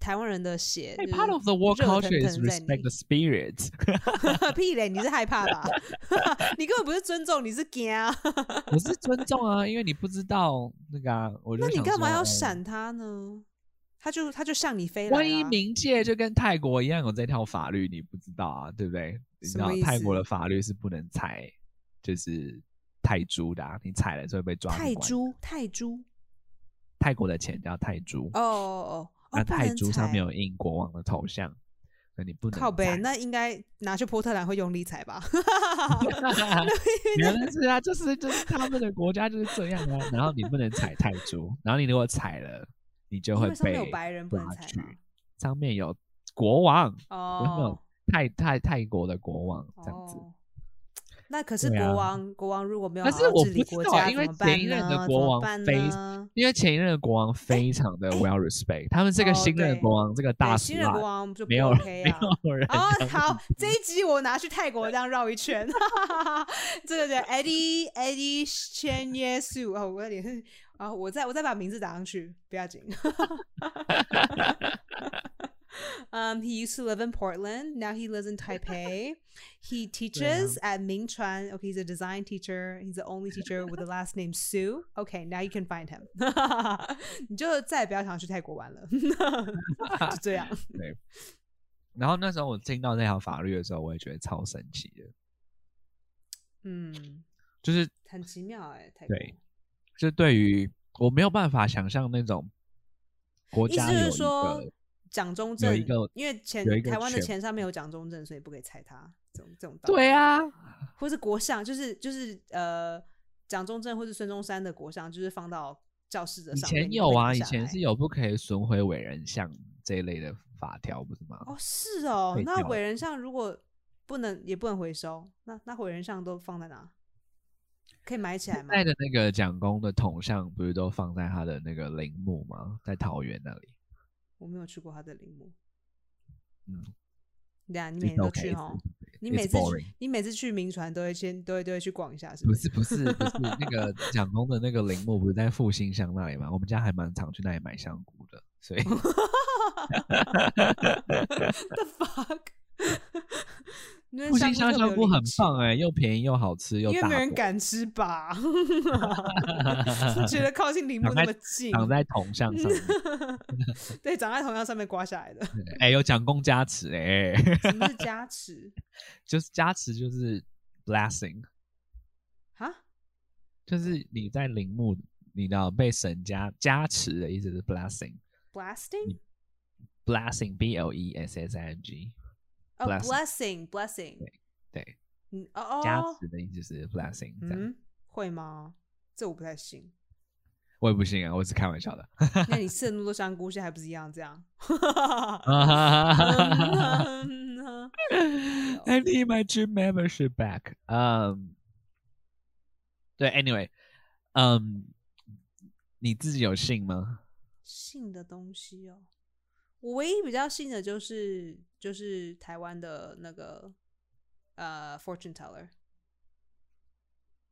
Speaker 2: 台湾人的血。
Speaker 1: Hey,
Speaker 2: 就是
Speaker 1: part of the world
Speaker 2: 热
Speaker 1: culture
Speaker 2: 腾
Speaker 1: is
Speaker 2: 腾在
Speaker 1: respect the
Speaker 2: 你
Speaker 1: spirit 。
Speaker 2: 屁嘞，你是 害 怕吧？你根本不是尊重，你是惊啊。
Speaker 1: 我是尊重啊，因为你不知道那个啊，我就
Speaker 2: 那你
Speaker 1: 想
Speaker 2: 干嘛
Speaker 1: 说
Speaker 2: 要
Speaker 1: 哦
Speaker 2: 闪他呢？他就他就向你飞来啊
Speaker 1: 万一
Speaker 2: 啦
Speaker 1: 冥界就跟泰国一样有这条法律，你不知道啊，对不对？你知
Speaker 2: 什么
Speaker 1: 道
Speaker 2: 意
Speaker 1: 泰国的
Speaker 2: 思
Speaker 1: 法律是不能踩，就是泰铢的、啊，你踩了是会被抓去
Speaker 2: 泰
Speaker 1: 关。
Speaker 2: 铢泰铢
Speaker 1: 泰国的钱叫泰铢，
Speaker 2: 哦哦哦
Speaker 1: 那
Speaker 2: 哦，不
Speaker 1: 啊泰
Speaker 2: 能
Speaker 1: 铢上
Speaker 2: 踩
Speaker 1: 面有印国王的头像，那你不能
Speaker 2: 靠
Speaker 1: 踩
Speaker 2: 背， 那应该拿去波特兰会用力踩吧？
Speaker 1: 原来是啊，就是就是他们的国家就是这样啊。然后你不能踩泰铢，然后你如果踩了，你就
Speaker 2: 因
Speaker 1: 会
Speaker 2: 为上
Speaker 1: 被
Speaker 2: 面有白人不能
Speaker 1: 抓
Speaker 2: 踩
Speaker 1: 去
Speaker 2: 嘛。
Speaker 1: 上面有国王，没有
Speaker 2: 哦
Speaker 1: 泰泰泰国的国王这样子。
Speaker 2: 哦，那可是
Speaker 1: 对啊
Speaker 2: 国王，国王如果没有
Speaker 1: 可
Speaker 2: 好
Speaker 1: 是我
Speaker 2: 好治理
Speaker 1: 不知
Speaker 2: 国
Speaker 1: 道啊
Speaker 2: 家，
Speaker 1: 因为
Speaker 2: 怎么办
Speaker 1: 前一任的
Speaker 2: 呢
Speaker 1: 国王
Speaker 2: 怎么办
Speaker 1: 非
Speaker 2: 呢？
Speaker 1: 因为前一任的国王非常的 well respect，、他们这个
Speaker 2: 哎哦
Speaker 1: 新任的
Speaker 2: 对
Speaker 1: 国王，这个大
Speaker 2: 对
Speaker 1: 叔
Speaker 2: 新任
Speaker 1: 啊
Speaker 2: 国，王就不
Speaker 1: 没有
Speaker 2: OK 啊。
Speaker 1: 没有人
Speaker 2: 哦，
Speaker 1: 相信
Speaker 2: 好，这一集我拿去泰国这样绕一圈， 这个叫 Eddie Eddie Chen Ye Su 啊，我的脸是啊，我再我再把名字打上去，不要紧。Um, he used to live in Portland. Now he lives in Taipei. He teaches at Ming Chuan. Okay, he's a design teacher. He's the only teacher with the last name Su. Okay, now you can find him. 你就再也不要想去泰国玩了， 就这样。
Speaker 1: 然后那时候我听到那条法律的时候，我也觉得超神奇的，
Speaker 2: 嗯，
Speaker 1: 就是
Speaker 2: 很奇妙哎、泰国。
Speaker 1: 对，就对于我没有办法想象那种国
Speaker 2: 意
Speaker 1: 家
Speaker 2: 思
Speaker 1: 有
Speaker 2: 就
Speaker 1: 一
Speaker 2: 是说
Speaker 1: 个，
Speaker 2: 蒋中正
Speaker 1: 有一个
Speaker 2: 因为钱
Speaker 1: 有一个
Speaker 2: 台湾的
Speaker 1: 权
Speaker 2: 钱上面有蒋中正，所以不可以踩他这种这种道理。
Speaker 1: 对啊，
Speaker 2: 呃或是国像，就是就是呃，蒋中正或是孙中山的国像，就是放到教室的
Speaker 1: 以
Speaker 2: 上面。
Speaker 1: 前
Speaker 2: 你
Speaker 1: 有
Speaker 2: 不可
Speaker 1: 啊，
Speaker 2: 拿
Speaker 1: 以
Speaker 2: 下
Speaker 1: 前
Speaker 2: 来
Speaker 1: 是有不可以损毁伟人像这一类的法条，不是吗？
Speaker 2: 哦，是哦
Speaker 1: 废。
Speaker 2: 那
Speaker 1: 掉
Speaker 2: 伟人像如果不能也不能回收，那那伟人像都放在哪？可以埋起来
Speaker 1: 现
Speaker 2: 吗？
Speaker 1: 在的那个蒋公的铜像不是都放在他的那个陵墓吗？在桃园那里，
Speaker 2: 我没有去过他的陵墓。
Speaker 1: 嗯，
Speaker 2: 对啊，你
Speaker 1: 这
Speaker 2: 每年都
Speaker 1: OK，
Speaker 2: 去
Speaker 1: it's-
Speaker 2: 哦。你
Speaker 1: it's
Speaker 2: 每次去
Speaker 1: boring
Speaker 2: 你每次去名船都会先都会都会去逛一下，是
Speaker 1: 不
Speaker 2: 不是？
Speaker 1: 是不是不是那个蒋公的那个陵墓不是在复兴乡那里吗？我们家还蛮常去那里买香菇的，所以
Speaker 2: 哦 The fuck！因为
Speaker 1: 复兴乡
Speaker 2: 特别
Speaker 1: 香
Speaker 2: 有
Speaker 1: 菇
Speaker 2: 灵
Speaker 1: 很
Speaker 2: 气
Speaker 1: 棒哎、又便宜又好吃又
Speaker 2: 因为
Speaker 1: 大
Speaker 2: 没人
Speaker 1: 果，
Speaker 2: 敢吃 吧？觉得靠近陵墓
Speaker 1: 长
Speaker 2: 那
Speaker 1: 在
Speaker 2: 么近，
Speaker 1: 长在铜像上面，
Speaker 2: 对，长在同样上面刮下 来的，
Speaker 1: 哎、有蒋公加持哎、
Speaker 2: 什么是加持
Speaker 1: 就是加持就是 blessing，
Speaker 2: 啊？
Speaker 1: 就是你在陵墓，你知道被神加加持的意思是 blessing。
Speaker 2: Blasting？
Speaker 1: blessing b l e s s i n g，
Speaker 2: 哦
Speaker 1: blessing
Speaker 2: ，blessing，blessing，
Speaker 1: 对，
Speaker 2: 嗯，哦
Speaker 1: 加
Speaker 2: 哦
Speaker 1: 持，的意思是 blessing，这样、
Speaker 2: 嗯，会吗？这我不 太信。
Speaker 1: 我也不信啊，我是开玩笑的。
Speaker 2: 那你吃了那么多香菇，现在还不是一样这 样？嗯
Speaker 1: I need my gym membership back。嗯，对，anyway，嗯，你自己有信吗？
Speaker 2: 信的东西哦，我唯一比较信的就是就是台湾的那个呃 fortune teller，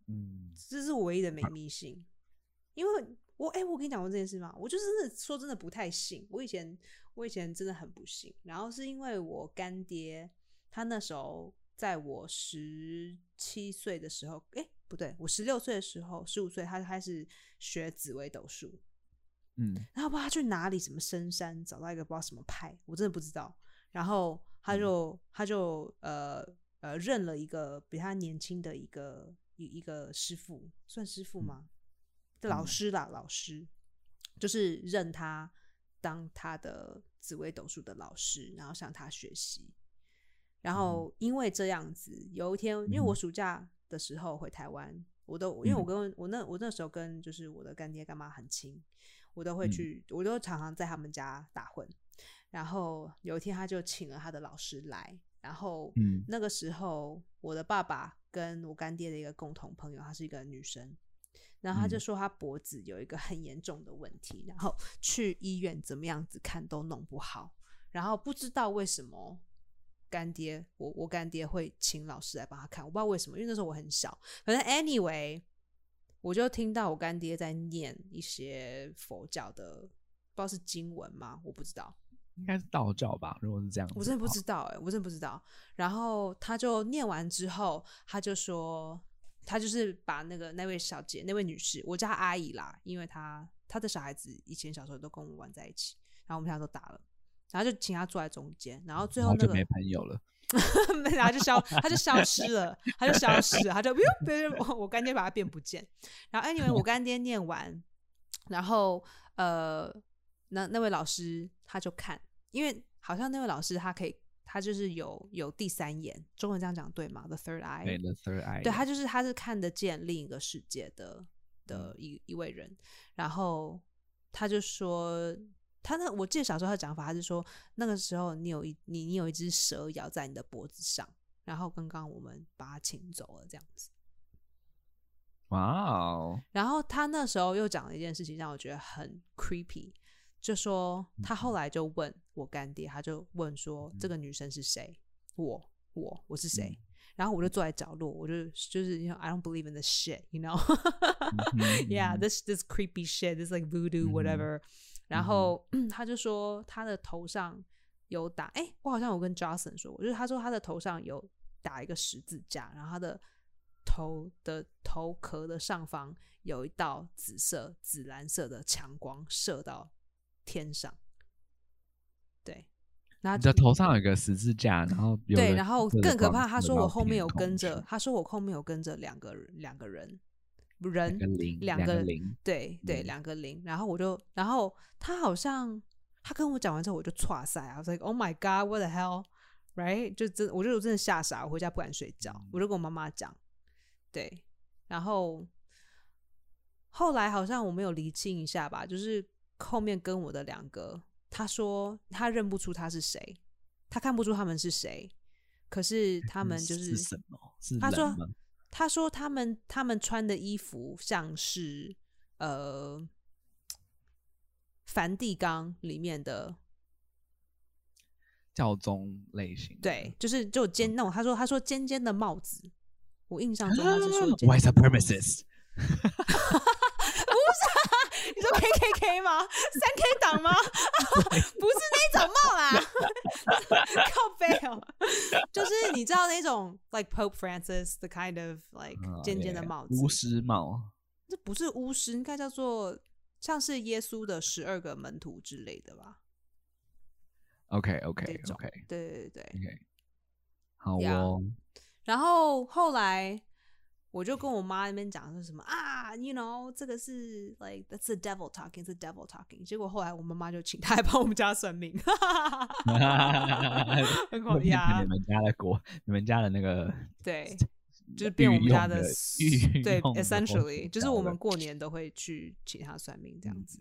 Speaker 1: 嗯，
Speaker 2: 这是我唯一的没迷信，因为我哎、我跟你讲过这件事吗？我就真的说真的不太信，我以前我以前真的很不信，然后是因为我干爹他那时候在我十七岁的时候，哎、不对，我十六岁的时候，十五岁他就开始学紫微斗数，
Speaker 1: 嗯，
Speaker 2: 然后不知道他去哪里什么深山找到一个不知道什么派，我真的不知道。然后他就、他就呃呃认了一个比他年轻的一个一一个师傅，算师傅吗？这老
Speaker 1: 嗯
Speaker 2: 师啦，老师就是认他当他的紫微斗数的老师，然后向他学习。然后因为这样子，有一天，因为我
Speaker 1: 嗯
Speaker 2: 暑假的时候回台湾，我都因为我跟我那我那时候跟就是我的干爹干妈很亲，我都会
Speaker 1: 嗯
Speaker 2: 去，我都常常在他们家打混。然后有一天，他就请了他的老师来，然后
Speaker 1: 嗯
Speaker 2: 那个时候我的爸爸跟我干爹的一个共同朋友，她是一个女生。然后她就
Speaker 1: 嗯
Speaker 2: 说她脖子有一个很严重的问题，然后去医院怎么样子看都弄不好，然后不知道为什么干爹，我我干爹会请老师来帮他看，我不知道为什么，因为那时候我很小。反正 anyway，我就听到我干爹在念一些佛教的，不知道是经文吗？我不知道，
Speaker 1: 应该是道教吧？如果是这样子的话，哦
Speaker 2: 我真的不知道哎、我真的不知道。然后他就念完之后，他就说，他就是把那个那位小姐，那位女士，我叫她阿姨啦，因为她她的小孩子以前小时候都跟我们玩在一起，然后我们俩都打了，然后就请她坐在中间，然后最
Speaker 1: 然
Speaker 2: 后
Speaker 1: 后
Speaker 2: 那
Speaker 1: 就
Speaker 2: 个
Speaker 1: 没朋友了。
Speaker 2: 然后就消，他就消失了，他就消失了，他就 我我干爹把他变不见。然后 anyway，我干爹念完，然后呃，那那位老师他就看，因为好像那位老师他可以，他就是有有第三眼，中文这样讲对吗？The third eye，
Speaker 1: 对，the third eye，
Speaker 2: 对他就是他是看得见另一个世界的的
Speaker 1: 嗯
Speaker 2: 一一位人，然后他就说，他那我记得小时候他的讲法，他是说那个时候你有一你你有一只蛇咬在你的脖子上，然后刚刚我们把它请走了这样子。
Speaker 1: 哇哦，
Speaker 2: 然后他那时候又讲了一件事情，让我觉得很 creepy，就说他后来就问我干爹，他就问说、这个女生是谁？我我我是谁？然后我就坐在角落，我就就是 you know, I don't believe in this shit，you know
Speaker 1: 嗯
Speaker 2: yeah
Speaker 1: 嗯
Speaker 2: this this creepy shit this like voodoo
Speaker 1: 嗯哼
Speaker 2: whatever，、然
Speaker 1: 嗯哼
Speaker 2: 后、 他就说他的头上有打，哎、我好像有跟 Johnson 说过，就是他说他的头上有打一个十字架，然后他的头的头壳的上方有一道紫色、紫蓝色的强光射到天上，对，然后
Speaker 1: 你的头上有一个十字架，然后有
Speaker 2: 对，
Speaker 1: 人
Speaker 2: 然后
Speaker 1: 对着
Speaker 2: 更可
Speaker 1: 光
Speaker 2: 怕，他
Speaker 1: 射
Speaker 2: 说
Speaker 1: 到
Speaker 2: 我后面
Speaker 1: 天
Speaker 2: 有
Speaker 1: 空
Speaker 2: 跟
Speaker 1: 去
Speaker 2: 着，他说我后面有跟着两个人两个人人
Speaker 1: 两个零，
Speaker 2: 两
Speaker 1: 个
Speaker 2: 个
Speaker 1: 零，
Speaker 2: 对对，
Speaker 1: 嗯
Speaker 2: 两个零。然后我就，然后他好像他跟我讲完之后，我就歘塞，I was like, oh my god, what the hell, right？就真，我就真的吓傻，我回家不敢睡觉，我就跟我妈妈讲，对，然后后来好像我没有厘清一下吧，就是后面跟我的两个，他说他认不出他是谁，他看不出他们是谁，可是他们就是
Speaker 1: 什么？是
Speaker 2: 他
Speaker 1: 人
Speaker 2: 说
Speaker 1: 吗
Speaker 2: 他说他们他们穿的衣服像是呃《梵蒂冈》里面的，
Speaker 1: 教宗类型的。
Speaker 2: 对，就是就尖
Speaker 1: 嗯
Speaker 2: 那种。他说他说尖尖的帽子，我印象中他是说尖
Speaker 1: 啊 white
Speaker 2: 尖的帽子
Speaker 1: supremacist，
Speaker 2: 你说 K K K 吗？ 三 K 党吗？ 不是那种帽啦， 靠背哦，就是你知道那种 like Pope Francis the kind of like
Speaker 1: 嗯
Speaker 2: 尖尖的
Speaker 1: yeah，
Speaker 2: 帽子，
Speaker 1: 巫师帽。
Speaker 2: 这不是巫师，应该叫做像是耶稣的十二个门徒之类的吧？
Speaker 1: OK OK
Speaker 2: 这种
Speaker 1: OK
Speaker 2: 对对对。
Speaker 1: OK，好
Speaker 2: Yeah
Speaker 1: 哦，
Speaker 2: 然后后来我就跟我妈那边讲说什么啊，you know，这个是 like that's the devil talking, it's the devil talking。结果后来我妈妈就请她来帮我们家 算命，
Speaker 1: 会
Speaker 2: 很好
Speaker 1: 变成
Speaker 2: 呀
Speaker 1: 你，们家的国，你们家的那个
Speaker 2: 对。就是变我们家
Speaker 1: 的御
Speaker 2: 对
Speaker 1: 用的
Speaker 2: ，essentially 就是我
Speaker 1: 佛教
Speaker 2: 们
Speaker 1: 的
Speaker 2: 过年都会去请他算命这样子，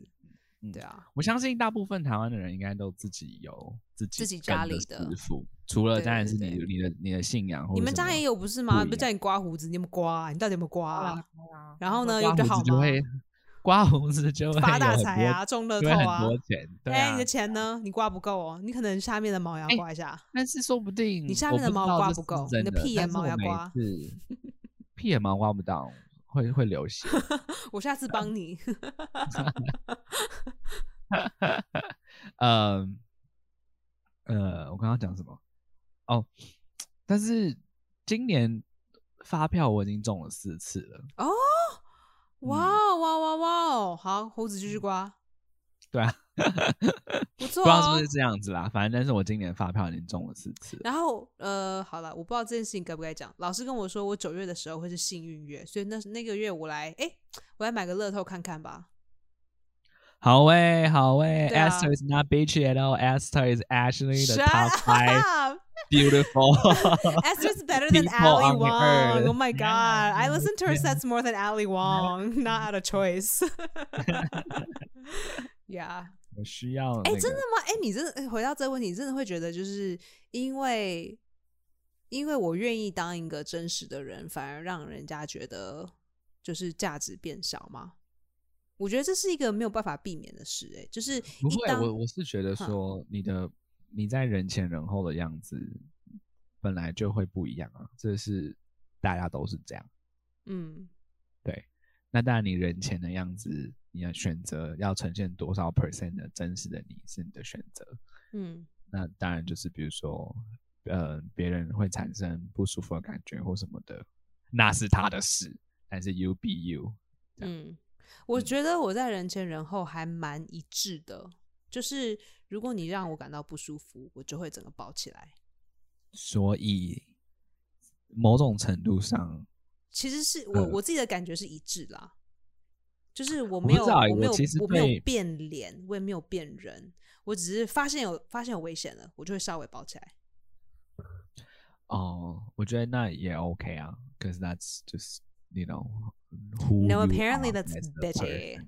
Speaker 1: 嗯
Speaker 2: 对啊，
Speaker 1: 我相信大部分台湾的人应该都自己有自己
Speaker 2: 自己家
Speaker 1: 跟
Speaker 2: 里的
Speaker 1: 师傅，除了
Speaker 2: 对
Speaker 1: 当然
Speaker 2: 对
Speaker 1: 是你
Speaker 2: 对
Speaker 1: 你的你的信仰或哦者什么，
Speaker 2: 你们家也有不是吗？
Speaker 1: 不一
Speaker 2: 啊不是叫你刮胡子，你有没有刮啊、你到底有没有刮、啊？然后呢
Speaker 1: 刮
Speaker 2: 有比较
Speaker 1: 胡子
Speaker 2: 好
Speaker 1: 就
Speaker 2: 吗
Speaker 1: 会刮胡子就会
Speaker 2: 发大
Speaker 1: 有很
Speaker 2: 财
Speaker 1: 多
Speaker 2: 啊，中乐
Speaker 1: 就
Speaker 2: 透
Speaker 1: 会
Speaker 2: 啊
Speaker 1: 很。多钱，对
Speaker 2: 哎、
Speaker 1: 啊
Speaker 2: 你的。钱呢？你刮不够哦，你可能下面的毛也要
Speaker 1: 哎
Speaker 2: 刮一下。
Speaker 1: 但是说不定
Speaker 2: 你下
Speaker 1: 我
Speaker 2: 面的
Speaker 1: 不知
Speaker 2: 毛
Speaker 1: 道
Speaker 2: 刮
Speaker 1: 这
Speaker 2: 不
Speaker 1: 是
Speaker 2: 够你
Speaker 1: 真
Speaker 2: 的屁眼
Speaker 1: 但是
Speaker 2: 毛
Speaker 1: 我
Speaker 2: 要
Speaker 1: 每
Speaker 2: 刮
Speaker 1: 次屁眼毛刮不到，会会流 血。
Speaker 2: 我下次帮 你。
Speaker 1: 呃呃，我刚刚讲什么？哦，但是今年发票我已经中了四次了。
Speaker 2: 哦，哇
Speaker 1: 嗯
Speaker 2: 哦哇哇哇哦！好，胡子继续刮，
Speaker 1: 对啊，
Speaker 2: 不
Speaker 1: 不知
Speaker 2: 错、
Speaker 1: 道是
Speaker 2: 哦
Speaker 1: 不是。这样子啦，反正但是我今年发票已经中了四次了。
Speaker 2: 然后呃，好了，我不知道这件事情该不该讲。老师跟我说，我九月的时候会是幸运月，所以那那个月我来，哎，我来买个乐透看看吧。
Speaker 1: 好诶、好诶、
Speaker 2: 对
Speaker 1: a
Speaker 2: 啊
Speaker 1: s t e r is not bitchy at all. Esther is actually the
Speaker 2: Shut
Speaker 1: top five
Speaker 2: up!
Speaker 1: beautiful.
Speaker 2: Esther is better than
Speaker 1: People
Speaker 2: Ali
Speaker 1: on the
Speaker 2: Wong.
Speaker 1: earth.
Speaker 2: Oh my god! I listen to her
Speaker 1: Yeah.
Speaker 2: sets more than Ali Wong. Not out of choice. yeah.
Speaker 1: 我需要、那
Speaker 2: 哎、
Speaker 1: 个
Speaker 2: 真的吗？哎、你真的哎回到这个问题，你真的会觉得就是因为因为我愿意当一个真实的人，反而让人家觉得就是价值变少吗？我觉得这是一个没有办法避免的事、哎，就是
Speaker 1: 不
Speaker 2: 一
Speaker 1: 会，
Speaker 2: 当
Speaker 1: 我我是觉得
Speaker 2: 哼
Speaker 1: 说你的你在人前人后的样子本来就会不一样啊，这是大家都是这样。
Speaker 2: 嗯，
Speaker 1: 那当然，你人前的样子，你要选择要呈现多少 percent 的真实的你是你的选择。
Speaker 2: 嗯
Speaker 1: 那当然就是比如说，呃，别人会产生不舒服的感觉或什么的，那是他的事。但是 you be you，这样
Speaker 2: 嗯，我觉得我在人前人后还蛮一致的，就是如果你让我感到不舒服，我就会整个包起来。
Speaker 1: 所以某种程度上，
Speaker 2: 其实是我、
Speaker 1: 呃
Speaker 2: 我自己的感觉是一致啦，就是我
Speaker 1: 不
Speaker 2: 没有
Speaker 1: 知道欸
Speaker 2: 我没有
Speaker 1: 我其实
Speaker 2: 我没有
Speaker 1: 对
Speaker 2: 变脸，我也没有变人，我只是发现有发现有危险了，我就会稍微包起来。
Speaker 1: 哦，我觉得那也 OK 啊，cause that's just you know who
Speaker 2: No,
Speaker 1: you
Speaker 2: apparently
Speaker 1: are
Speaker 2: that's
Speaker 1: as a
Speaker 2: bitchy.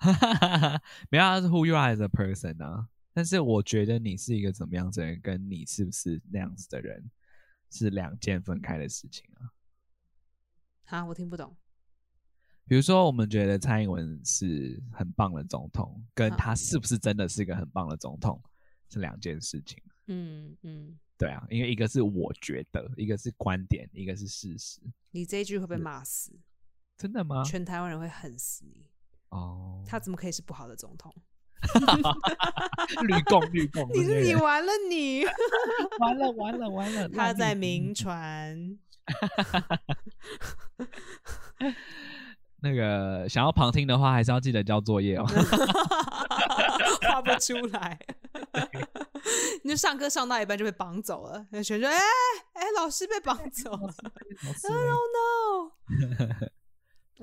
Speaker 1: person 没有，他是 who you are as a person 啊。但是我觉得你是一个怎么样子的人，跟你是不是那样子的人，是两件分开的事情啊。
Speaker 2: 哈，我听不懂。
Speaker 1: 比如说，我们觉得蔡英文是很棒的总统，跟
Speaker 2: 嗯
Speaker 1: 他是不是真的是一个很棒的总统是两件事情。
Speaker 2: 嗯嗯，
Speaker 1: 对啊，因为一个是我觉得，一个是观点，一个是事实。
Speaker 2: 你这一句
Speaker 1: 嗯
Speaker 2: 会被骂死，
Speaker 1: 真的吗？
Speaker 2: 全台湾人会恨死你。
Speaker 1: 哦，
Speaker 2: 他怎么可以是不好的总统？
Speaker 1: 绿共绿 共，
Speaker 2: 你
Speaker 1: 这些
Speaker 2: 是你
Speaker 1: 人
Speaker 2: 完了 你，
Speaker 1: 完了完了完了，
Speaker 2: 他
Speaker 1: 烂
Speaker 2: 在
Speaker 1: 绿
Speaker 2: 名传。
Speaker 1: 那个想要旁听的话，还是要记得交作业哦。
Speaker 2: 画不出来。 你就上课上到一半就被绑走了，那学生说：“哎、哎、 老师被绑走 了。”Oh no！
Speaker 1: 对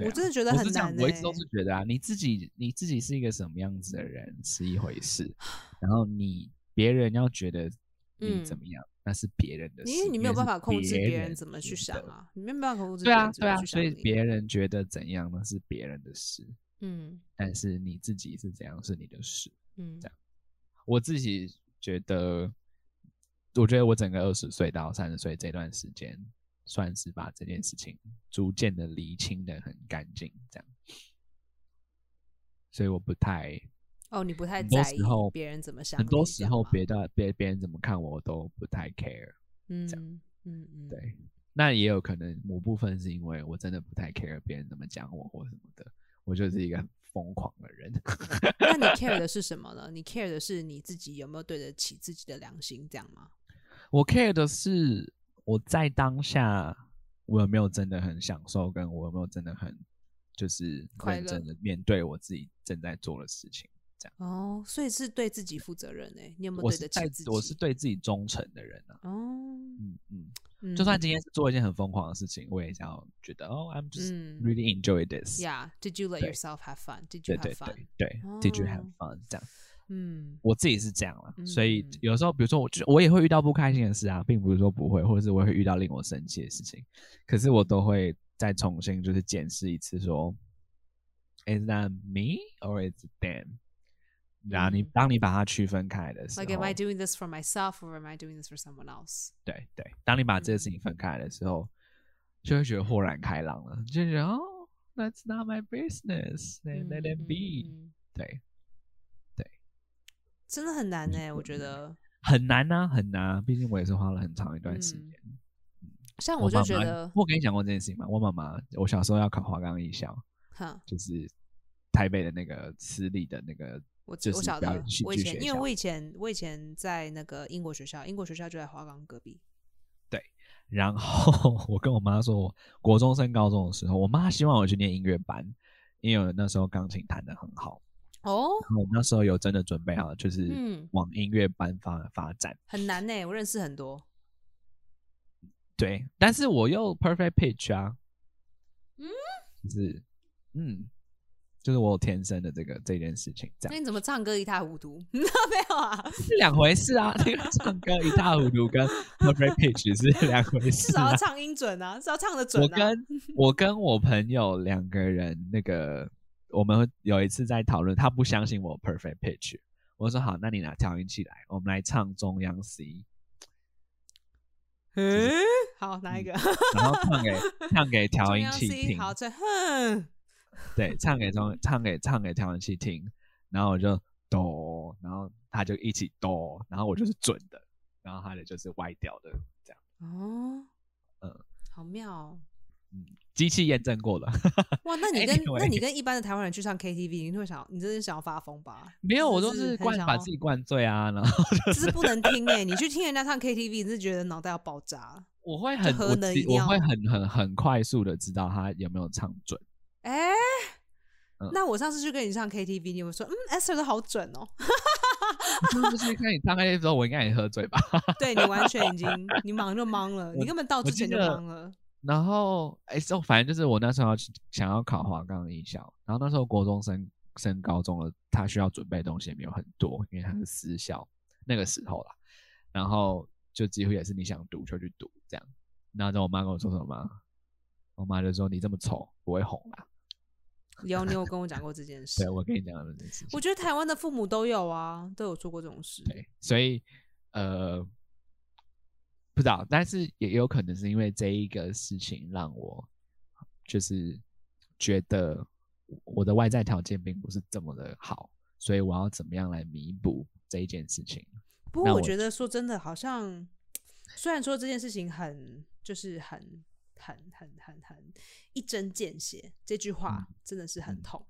Speaker 1: 啊
Speaker 2: 我真的觉得
Speaker 1: 我
Speaker 2: 很
Speaker 1: 是这样
Speaker 2: 难、，欸。
Speaker 1: 我一直都是觉得啊，你自己你自己是一个什么样子的人是一回 事，然后你别人要觉得你怎么样，那是别人的事，
Speaker 2: 嗯因为你没有
Speaker 1: 是
Speaker 2: 办法控制别人
Speaker 1: 人
Speaker 2: 怎么
Speaker 1: 觉
Speaker 2: 去想
Speaker 1: 得。
Speaker 2: 啊，你没有办法控制
Speaker 1: 对
Speaker 2: 别
Speaker 1: 啊
Speaker 2: 人，怎
Speaker 1: 对
Speaker 2: 么
Speaker 1: 啊，
Speaker 2: 去
Speaker 1: 所
Speaker 2: 想
Speaker 1: 以
Speaker 2: 你。
Speaker 1: 别人觉得怎样那是别人的事，
Speaker 2: 嗯
Speaker 1: 但是你自己是怎样是你的事。
Speaker 2: 嗯
Speaker 1: 这样我自己觉得，我觉得我整个二十岁到三十岁这段时间，算是把这件事情逐渐的厘清的很干净，这样。所以我不太
Speaker 2: 哦，你不太
Speaker 1: 很多
Speaker 2: 在意
Speaker 1: 时候
Speaker 2: 别人怎么想你，
Speaker 1: 很多时候别
Speaker 2: 别
Speaker 1: 的别别人怎么看我，我都不太 care。
Speaker 2: 嗯嗯嗯，
Speaker 1: 对，那也有可能某部分是因为我真的不太 care 别人怎么讲我或什么的，我就是一个很疯狂的人。
Speaker 2: 那你 care 的是什么呢？你 care 的是你自己有没有对得起自己的良心，这样吗？
Speaker 1: 我 care 的是我在当下我有没有真的很享受，跟我有没有真的很就是
Speaker 2: 快
Speaker 1: 认
Speaker 2: 乐
Speaker 1: 真的面对我自己正在做的事情。
Speaker 2: 哦，所以是对自己负责任诶、你有没有
Speaker 1: 我
Speaker 2: 对
Speaker 1: 是
Speaker 2: 得
Speaker 1: 在
Speaker 2: 起自己？
Speaker 1: 我是对自己忠诚的人啊，
Speaker 2: 哦，
Speaker 1: 嗯嗯，
Speaker 2: 嗯
Speaker 1: 就算今天是做一件很疯狂的事情，我也想要觉得哦，I'm just
Speaker 2: 嗯
Speaker 1: really enjoy this。
Speaker 2: Yeah, did you let
Speaker 1: 对
Speaker 2: yourself have fun? Did
Speaker 1: 对
Speaker 2: you have
Speaker 1: 对
Speaker 2: fun?
Speaker 1: 对对，Did you have
Speaker 2: 哦
Speaker 1: fun？这样，
Speaker 2: 嗯
Speaker 1: 我自己是这样啦，所以
Speaker 2: 嗯
Speaker 1: 有时候，比如说我，就我也会遇到不开心的事啊，并不是说不会，或者是我会遇到令我生气的事情，可是我都会再重新就是检视一次，说，Is that me or is it them？然后你、
Speaker 2: 嗯
Speaker 1: 当你把它区分开来的时候
Speaker 2: ，Like am I doing this for myself or am I doing this for someone else?
Speaker 1: 对
Speaker 2: 嗯
Speaker 1: 对，当你把这些事情分开来的时候，就会觉得豁然开朗了，就觉得哦 That's not my business. Then let it
Speaker 2: 嗯
Speaker 1: be、
Speaker 2: 嗯嗯
Speaker 1: 对，
Speaker 2: 真的很难呢、我觉得。
Speaker 1: 很难呐、很难、啊。毕竟我也是花了很长一段时
Speaker 2: 嗯
Speaker 1: 间。
Speaker 2: 像
Speaker 1: 我
Speaker 2: 就
Speaker 1: 妈
Speaker 2: 觉
Speaker 1: 妈
Speaker 2: 得，
Speaker 1: 我跟你讲过这件事情吗？我妈妈，我小时候要考华冈艺校，
Speaker 2: 哈，
Speaker 1: 就是台北的那个私立的那个，
Speaker 2: 我
Speaker 1: 就
Speaker 2: 我
Speaker 1: 是
Speaker 2: 晓
Speaker 1: 表
Speaker 2: 得
Speaker 1: 演戏，
Speaker 2: 我以
Speaker 1: 剧
Speaker 2: 前
Speaker 1: 学
Speaker 2: 因为
Speaker 1: 校
Speaker 2: 我以前我以前在那个英国学校，英国学校就在华冈隔壁。
Speaker 1: 然后 我跟我妈说，我国中升高中的时候，我妈希望我去念音乐班，因为我那时候钢琴弹得很好，
Speaker 2: 哦，
Speaker 1: 然后我那时候有真的准备好，就是
Speaker 2: 嗯
Speaker 1: 往音乐班发发展。
Speaker 2: 很难呢、我认识很多。
Speaker 1: 对，但是我又 perfect pitch 啊，
Speaker 2: 嗯，
Speaker 1: 就是嗯，就是我有天生的这个这件事情，这
Speaker 2: 那
Speaker 1: 样
Speaker 2: 你怎么唱歌一塌糊涂？ 没有啊，
Speaker 1: 是两回事啊。 那个唱歌一塌糊涂跟 perfect pitch 是两回
Speaker 2: 至
Speaker 1: 事
Speaker 2: 少
Speaker 1: 啊
Speaker 2: 要。唱音准啊，至少唱的准
Speaker 1: 我
Speaker 2: 啊。
Speaker 1: 跟我跟我朋友两个人，那个我们有一次在讨论，他不相信我 perfect pitch，我说好，那你拿调音器来，我们来唱中央 C，
Speaker 2: 嗯，好，哪一个？
Speaker 1: 然后唱 给唱给调
Speaker 2: 中
Speaker 1: 音
Speaker 2: 央
Speaker 1: 器
Speaker 2: C，
Speaker 1: 嗯听，
Speaker 2: 好，这哼，
Speaker 1: 对，唱给中唱给唱给调音器听，然后我就哆，然后他就一起哆，然后我就是准的，然后他的就是歪掉的，这样，
Speaker 2: 哦，
Speaker 1: 嗯
Speaker 2: 好妙哦。
Speaker 1: 嗯，机器验证过了，
Speaker 2: 哇，那你跟那你
Speaker 1: Anyway
Speaker 2: 跟一般的台湾人去唱 KTV，你会想，你真的想要发疯吧？
Speaker 1: 没有，我
Speaker 2: 真
Speaker 1: 都
Speaker 2: 的是
Speaker 1: 是
Speaker 2: 很
Speaker 1: 灌
Speaker 2: 想
Speaker 1: 把
Speaker 2: 要
Speaker 1: 自己灌醉啊，然后。
Speaker 2: 这是不能听哎、你去听人家唱 KTV，你是觉得脑袋要爆炸。
Speaker 1: 我会很
Speaker 2: 何
Speaker 1: 我
Speaker 2: 能
Speaker 1: 自
Speaker 2: 一
Speaker 1: 我会
Speaker 2: 料
Speaker 1: 很很很快速的知道他有没有唱准。
Speaker 2: 哎、
Speaker 1: 嗯
Speaker 2: 那我上次去跟你唱 KTV，你有没有说，嗯，Esther 都好准哦。
Speaker 1: 就是看你唱 K 的时候，我应该也喝醉吧。
Speaker 2: 对你完全已经，你忙就忙了，你
Speaker 1: 我
Speaker 2: 根本到之
Speaker 1: 记
Speaker 2: 前就
Speaker 1: 得
Speaker 2: 忙了。
Speaker 1: 然后哎，就反正就是我那时候要去想要考华冈艺校，然后那时候国中升升高中了，他需要准备的东西也没有很多，因为他是私校那个时候啦。然后就几乎也是你想读就去读这样。然后之后我妈跟我说什么吗？我妈就说你这么丑不会红啦。
Speaker 2: 有你有跟我讲过这件事
Speaker 1: 对，，我跟你讲的这件事情。
Speaker 2: 我觉得台湾的父母都有啊，都有做过这种事。
Speaker 1: 对，所以呃，不知道，但是也有可能是因为这一个事情让我就是觉得我的外在条件并不是这么的好，所以我要怎么样来弥补这一件事情？
Speaker 2: 不过
Speaker 1: 那
Speaker 2: 我
Speaker 1: 我
Speaker 2: 觉得说真的，好像虽然说这件事情很就是很很很很很一针见血，这句话
Speaker 1: 嗯
Speaker 2: 真的是很痛。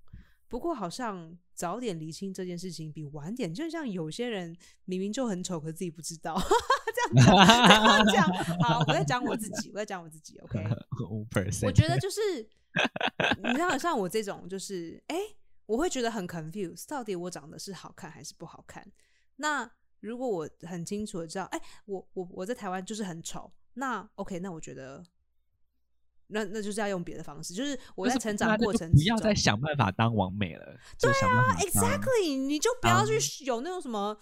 Speaker 2: 不过好像早点厘清这件事情比晚点，就像有些人明明就很丑，可是自己不知道。 这样讲，这样讲，好，我在讲我自己，我在讲我自己。OK，
Speaker 1: 五 percent，
Speaker 2: 我觉得就是，你知道，像我这种，就是哎、诶我会觉得很 confused，到底我长得是好看还是不好看？那如果我很清楚的知道，哎、我我我在台湾就是很丑，那 OK，那我觉得，那那就是要用别的方式，就是我在
Speaker 1: 就是
Speaker 2: 成
Speaker 1: 大家
Speaker 2: 长
Speaker 1: 就
Speaker 2: 过程
Speaker 1: 不
Speaker 2: 之
Speaker 1: 要
Speaker 2: 中
Speaker 1: 再想办法当完美了，对啊
Speaker 2: Exactly，你就不要去
Speaker 1: 当
Speaker 2: 有那种什么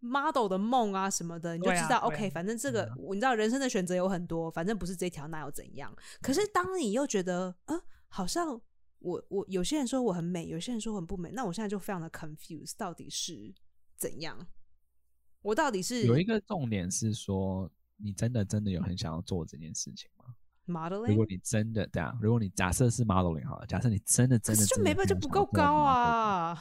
Speaker 2: model 的梦啊什么的，你就
Speaker 1: 对
Speaker 2: 知
Speaker 1: 啊
Speaker 2: 道、
Speaker 1: 对嗯
Speaker 2: OK，反正这个你知道人生的选择有很多，反正不是这条那又怎样？可
Speaker 1: 嗯
Speaker 2: 是当你又觉得，嗯，好像我我有些人说我很美，有些人说我很不美，那我现在就非常的 confused，到底是怎样？我到底是
Speaker 1: 有一个重点是说，你真的真的有很想要做这件事情吗？如果
Speaker 2: modeling？
Speaker 1: 你真的这样，如果你假设是 modeling 好了，假设你真的
Speaker 2: 可
Speaker 1: 真的
Speaker 2: 是就没办法，就不够高。啊。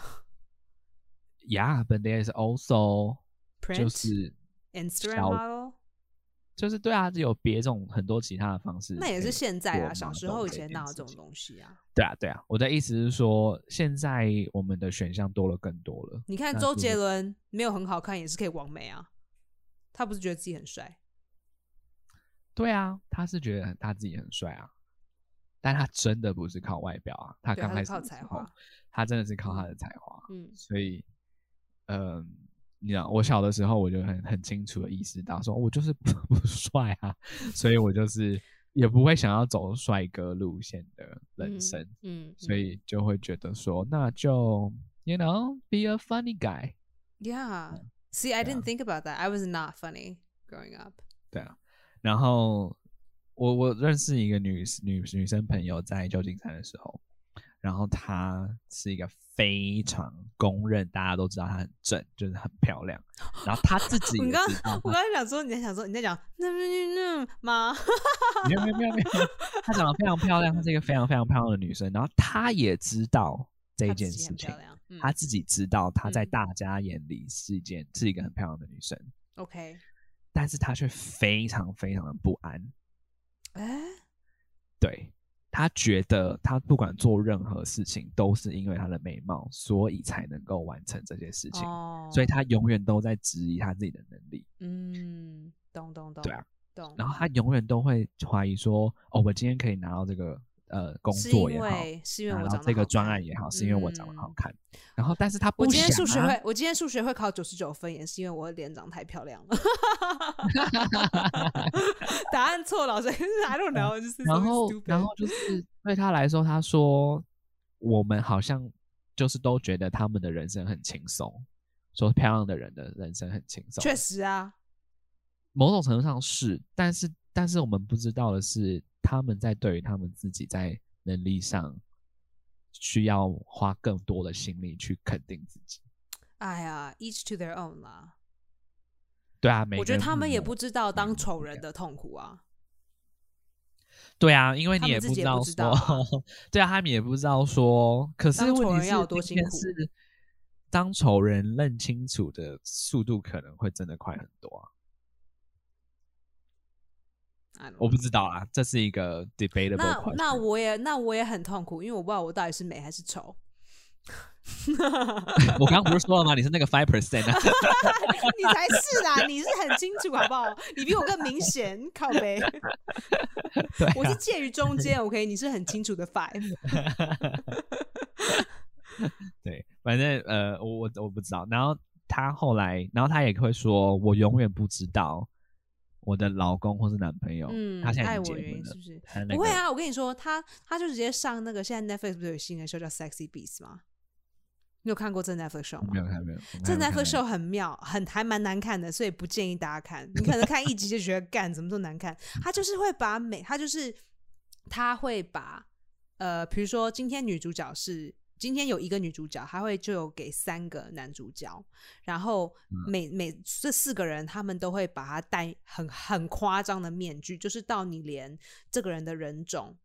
Speaker 1: Yeah, but there is also
Speaker 2: Print、
Speaker 1: 就是
Speaker 2: Instagram
Speaker 1: 小
Speaker 2: model，
Speaker 1: 就是对啊，有别种很多其他的方式可以。
Speaker 2: 那也是现在
Speaker 1: 做
Speaker 2: 啊，小时
Speaker 1: model
Speaker 2: 候以
Speaker 1: 这
Speaker 2: 前
Speaker 1: 件
Speaker 2: 哪有
Speaker 1: 事
Speaker 2: 这种
Speaker 1: 情
Speaker 2: 东西啊？
Speaker 1: 对啊对啊。我的意思是说，现在我们的选项多了更多了。
Speaker 2: 你看
Speaker 1: 那
Speaker 2: 周
Speaker 1: 就是
Speaker 2: 杰伦没有很好看，也是可以完美啊。他不是觉得自己很帅，
Speaker 1: 对啊，他是觉得他自己很帅啊，但他真的不是靠外表啊，他
Speaker 2: 对
Speaker 1: 刚
Speaker 2: 他
Speaker 1: 开
Speaker 2: 是
Speaker 1: 始
Speaker 2: 靠
Speaker 1: 的
Speaker 2: 才
Speaker 1: 时候
Speaker 2: 华，
Speaker 1: 他真的是靠他的才华。
Speaker 2: 嗯
Speaker 1: 所以，嗯、你知道，我小的时候我就很很清楚的意识到说我就是不 不帅啊，所以我就是也不会想要走帅哥路线的人生，
Speaker 2: 嗯，
Speaker 1: 所以就会觉得说，那就 you know be a funny guy，
Speaker 2: yeah。See, I
Speaker 1: 对啊
Speaker 2: didn't think about that. I was not funny growing up.
Speaker 1: 对啊。然后我我认识一个女女女生朋友在旧金山的时候，然后她是一个非常公认，大家都知道她很正，就是很漂亮。然后她自己也
Speaker 2: 你
Speaker 1: 知
Speaker 2: 刚
Speaker 1: 道
Speaker 2: 我
Speaker 1: 她，
Speaker 2: 刚才想说，你在想说你在讲那那那吗？
Speaker 1: 没有没有没有没有，她长得非常漂亮，她是一个非常非常漂亮的女生。然后她也知道这
Speaker 2: 她
Speaker 1: 件
Speaker 2: 自己
Speaker 1: 事
Speaker 2: 很
Speaker 1: 情
Speaker 2: 漂，亮，嗯
Speaker 1: 她自己知道她在
Speaker 2: 嗯
Speaker 1: 大家眼里是一件是一个很漂亮的女生，
Speaker 2: OK，
Speaker 1: 但是她却非常非常的不安。
Speaker 2: 哎，
Speaker 1: 对他觉得他不管做任何事情都是因为她的美貌，所以才能够完成这些事情，
Speaker 2: 哦，
Speaker 1: 所以他永远都在质疑他自己的能力，
Speaker 2: 嗯，懂懂懂，
Speaker 1: 对啊，
Speaker 2: 懂。
Speaker 1: 然后他永远都会怀疑说，哦，我今天可以拿到这个呃工
Speaker 2: 是
Speaker 1: 作
Speaker 2: 因
Speaker 1: 也好，
Speaker 2: 为是因为
Speaker 1: 拿
Speaker 2: 我
Speaker 1: 到
Speaker 2: 长得
Speaker 1: 啊这个
Speaker 2: 好
Speaker 1: 专
Speaker 2: 看嗯
Speaker 1: 案也好，是因为我长得好看，然后但是他不
Speaker 2: 我今
Speaker 1: 想、啊
Speaker 2: 天、数学会，我今天数学会考九十九分，也是因为我的脸长得太漂亮了。 答案错了，所以 I don't know，就是 so
Speaker 1: 然后
Speaker 2: stupid
Speaker 1: 然后就是对他来说，他说我们好像就是都觉得他们的人生很轻松，说漂亮的人的人生很轻松，
Speaker 2: 确实啊，
Speaker 1: 某种程度上是，但是但是我们不知道的是，他们在对于他们自己在能力上需要花更多的心力去肯定自己。
Speaker 2: 哎呀，each to their own 啦。
Speaker 1: 对啊，每
Speaker 2: 我
Speaker 1: 个
Speaker 2: 觉得
Speaker 1: 人
Speaker 2: 他们也
Speaker 1: 有
Speaker 2: 不知道当
Speaker 1: 嗯
Speaker 2: 丑
Speaker 1: 不一
Speaker 2: 人的痛苦啊。
Speaker 1: 对啊，因为
Speaker 2: 他
Speaker 1: 你也
Speaker 2: 们自
Speaker 1: 不
Speaker 2: 己
Speaker 1: 知
Speaker 2: 也
Speaker 1: 道
Speaker 2: 不知道
Speaker 1: 说，对啊，他们也不知道说，可是
Speaker 2: 当
Speaker 1: 问
Speaker 2: 仇
Speaker 1: 题
Speaker 2: 人
Speaker 1: 是
Speaker 2: 要有多
Speaker 1: 今
Speaker 2: 辛
Speaker 1: 天
Speaker 2: 苦
Speaker 1: 是当仇人认清楚的速度可能会真的快很多啊，
Speaker 2: I don't
Speaker 1: 我
Speaker 2: know
Speaker 1: 不知道啊，这是一个 debatable
Speaker 2: 那
Speaker 1: question
Speaker 2: 那我也那我也很痛苦，因为我不知道我到底是美还是丑。
Speaker 1: 我刚刚不是说了吗？你是那个 five percent 啊。
Speaker 2: 你才是啦，你是很清楚好不好？你比我更明显，靠背。
Speaker 1: 啊对啊
Speaker 2: 我是介于中间，OK？你是很清楚的 five。
Speaker 1: 对，反正呃，我我我不知道。然后她后来，然后她也会说，我永远不知道我的老公或是男朋友，
Speaker 2: 嗯，
Speaker 1: 他现在
Speaker 2: 爱
Speaker 1: 已
Speaker 2: 我
Speaker 1: 经
Speaker 2: 的
Speaker 1: 结
Speaker 2: 原
Speaker 1: 婚
Speaker 2: 因
Speaker 1: 了
Speaker 2: 是，不是？
Speaker 1: 他那
Speaker 2: 不会
Speaker 1: 个，
Speaker 2: 啊，我跟你说，他他就直接上那个现在 Netflix 不是有新的 show 叫 Sexy Beast 吗？你有看过这 Netflix show
Speaker 1: 我没
Speaker 2: 吗？
Speaker 1: 有看，没有，我
Speaker 2: 这
Speaker 1: 没有看
Speaker 2: Netflix
Speaker 1: 那
Speaker 2: show 很妙，很还蛮难看的，所以不建议大家看。你可能看一集就觉得 干怎么这么难看，他就是会把每他就是他会把呃，比如说今天女主角是今天有一个女主角，她会就有给三个男主角，然后每、每这四个人他们都会把他戴很很夸张的面具，就是到你连这个人的人种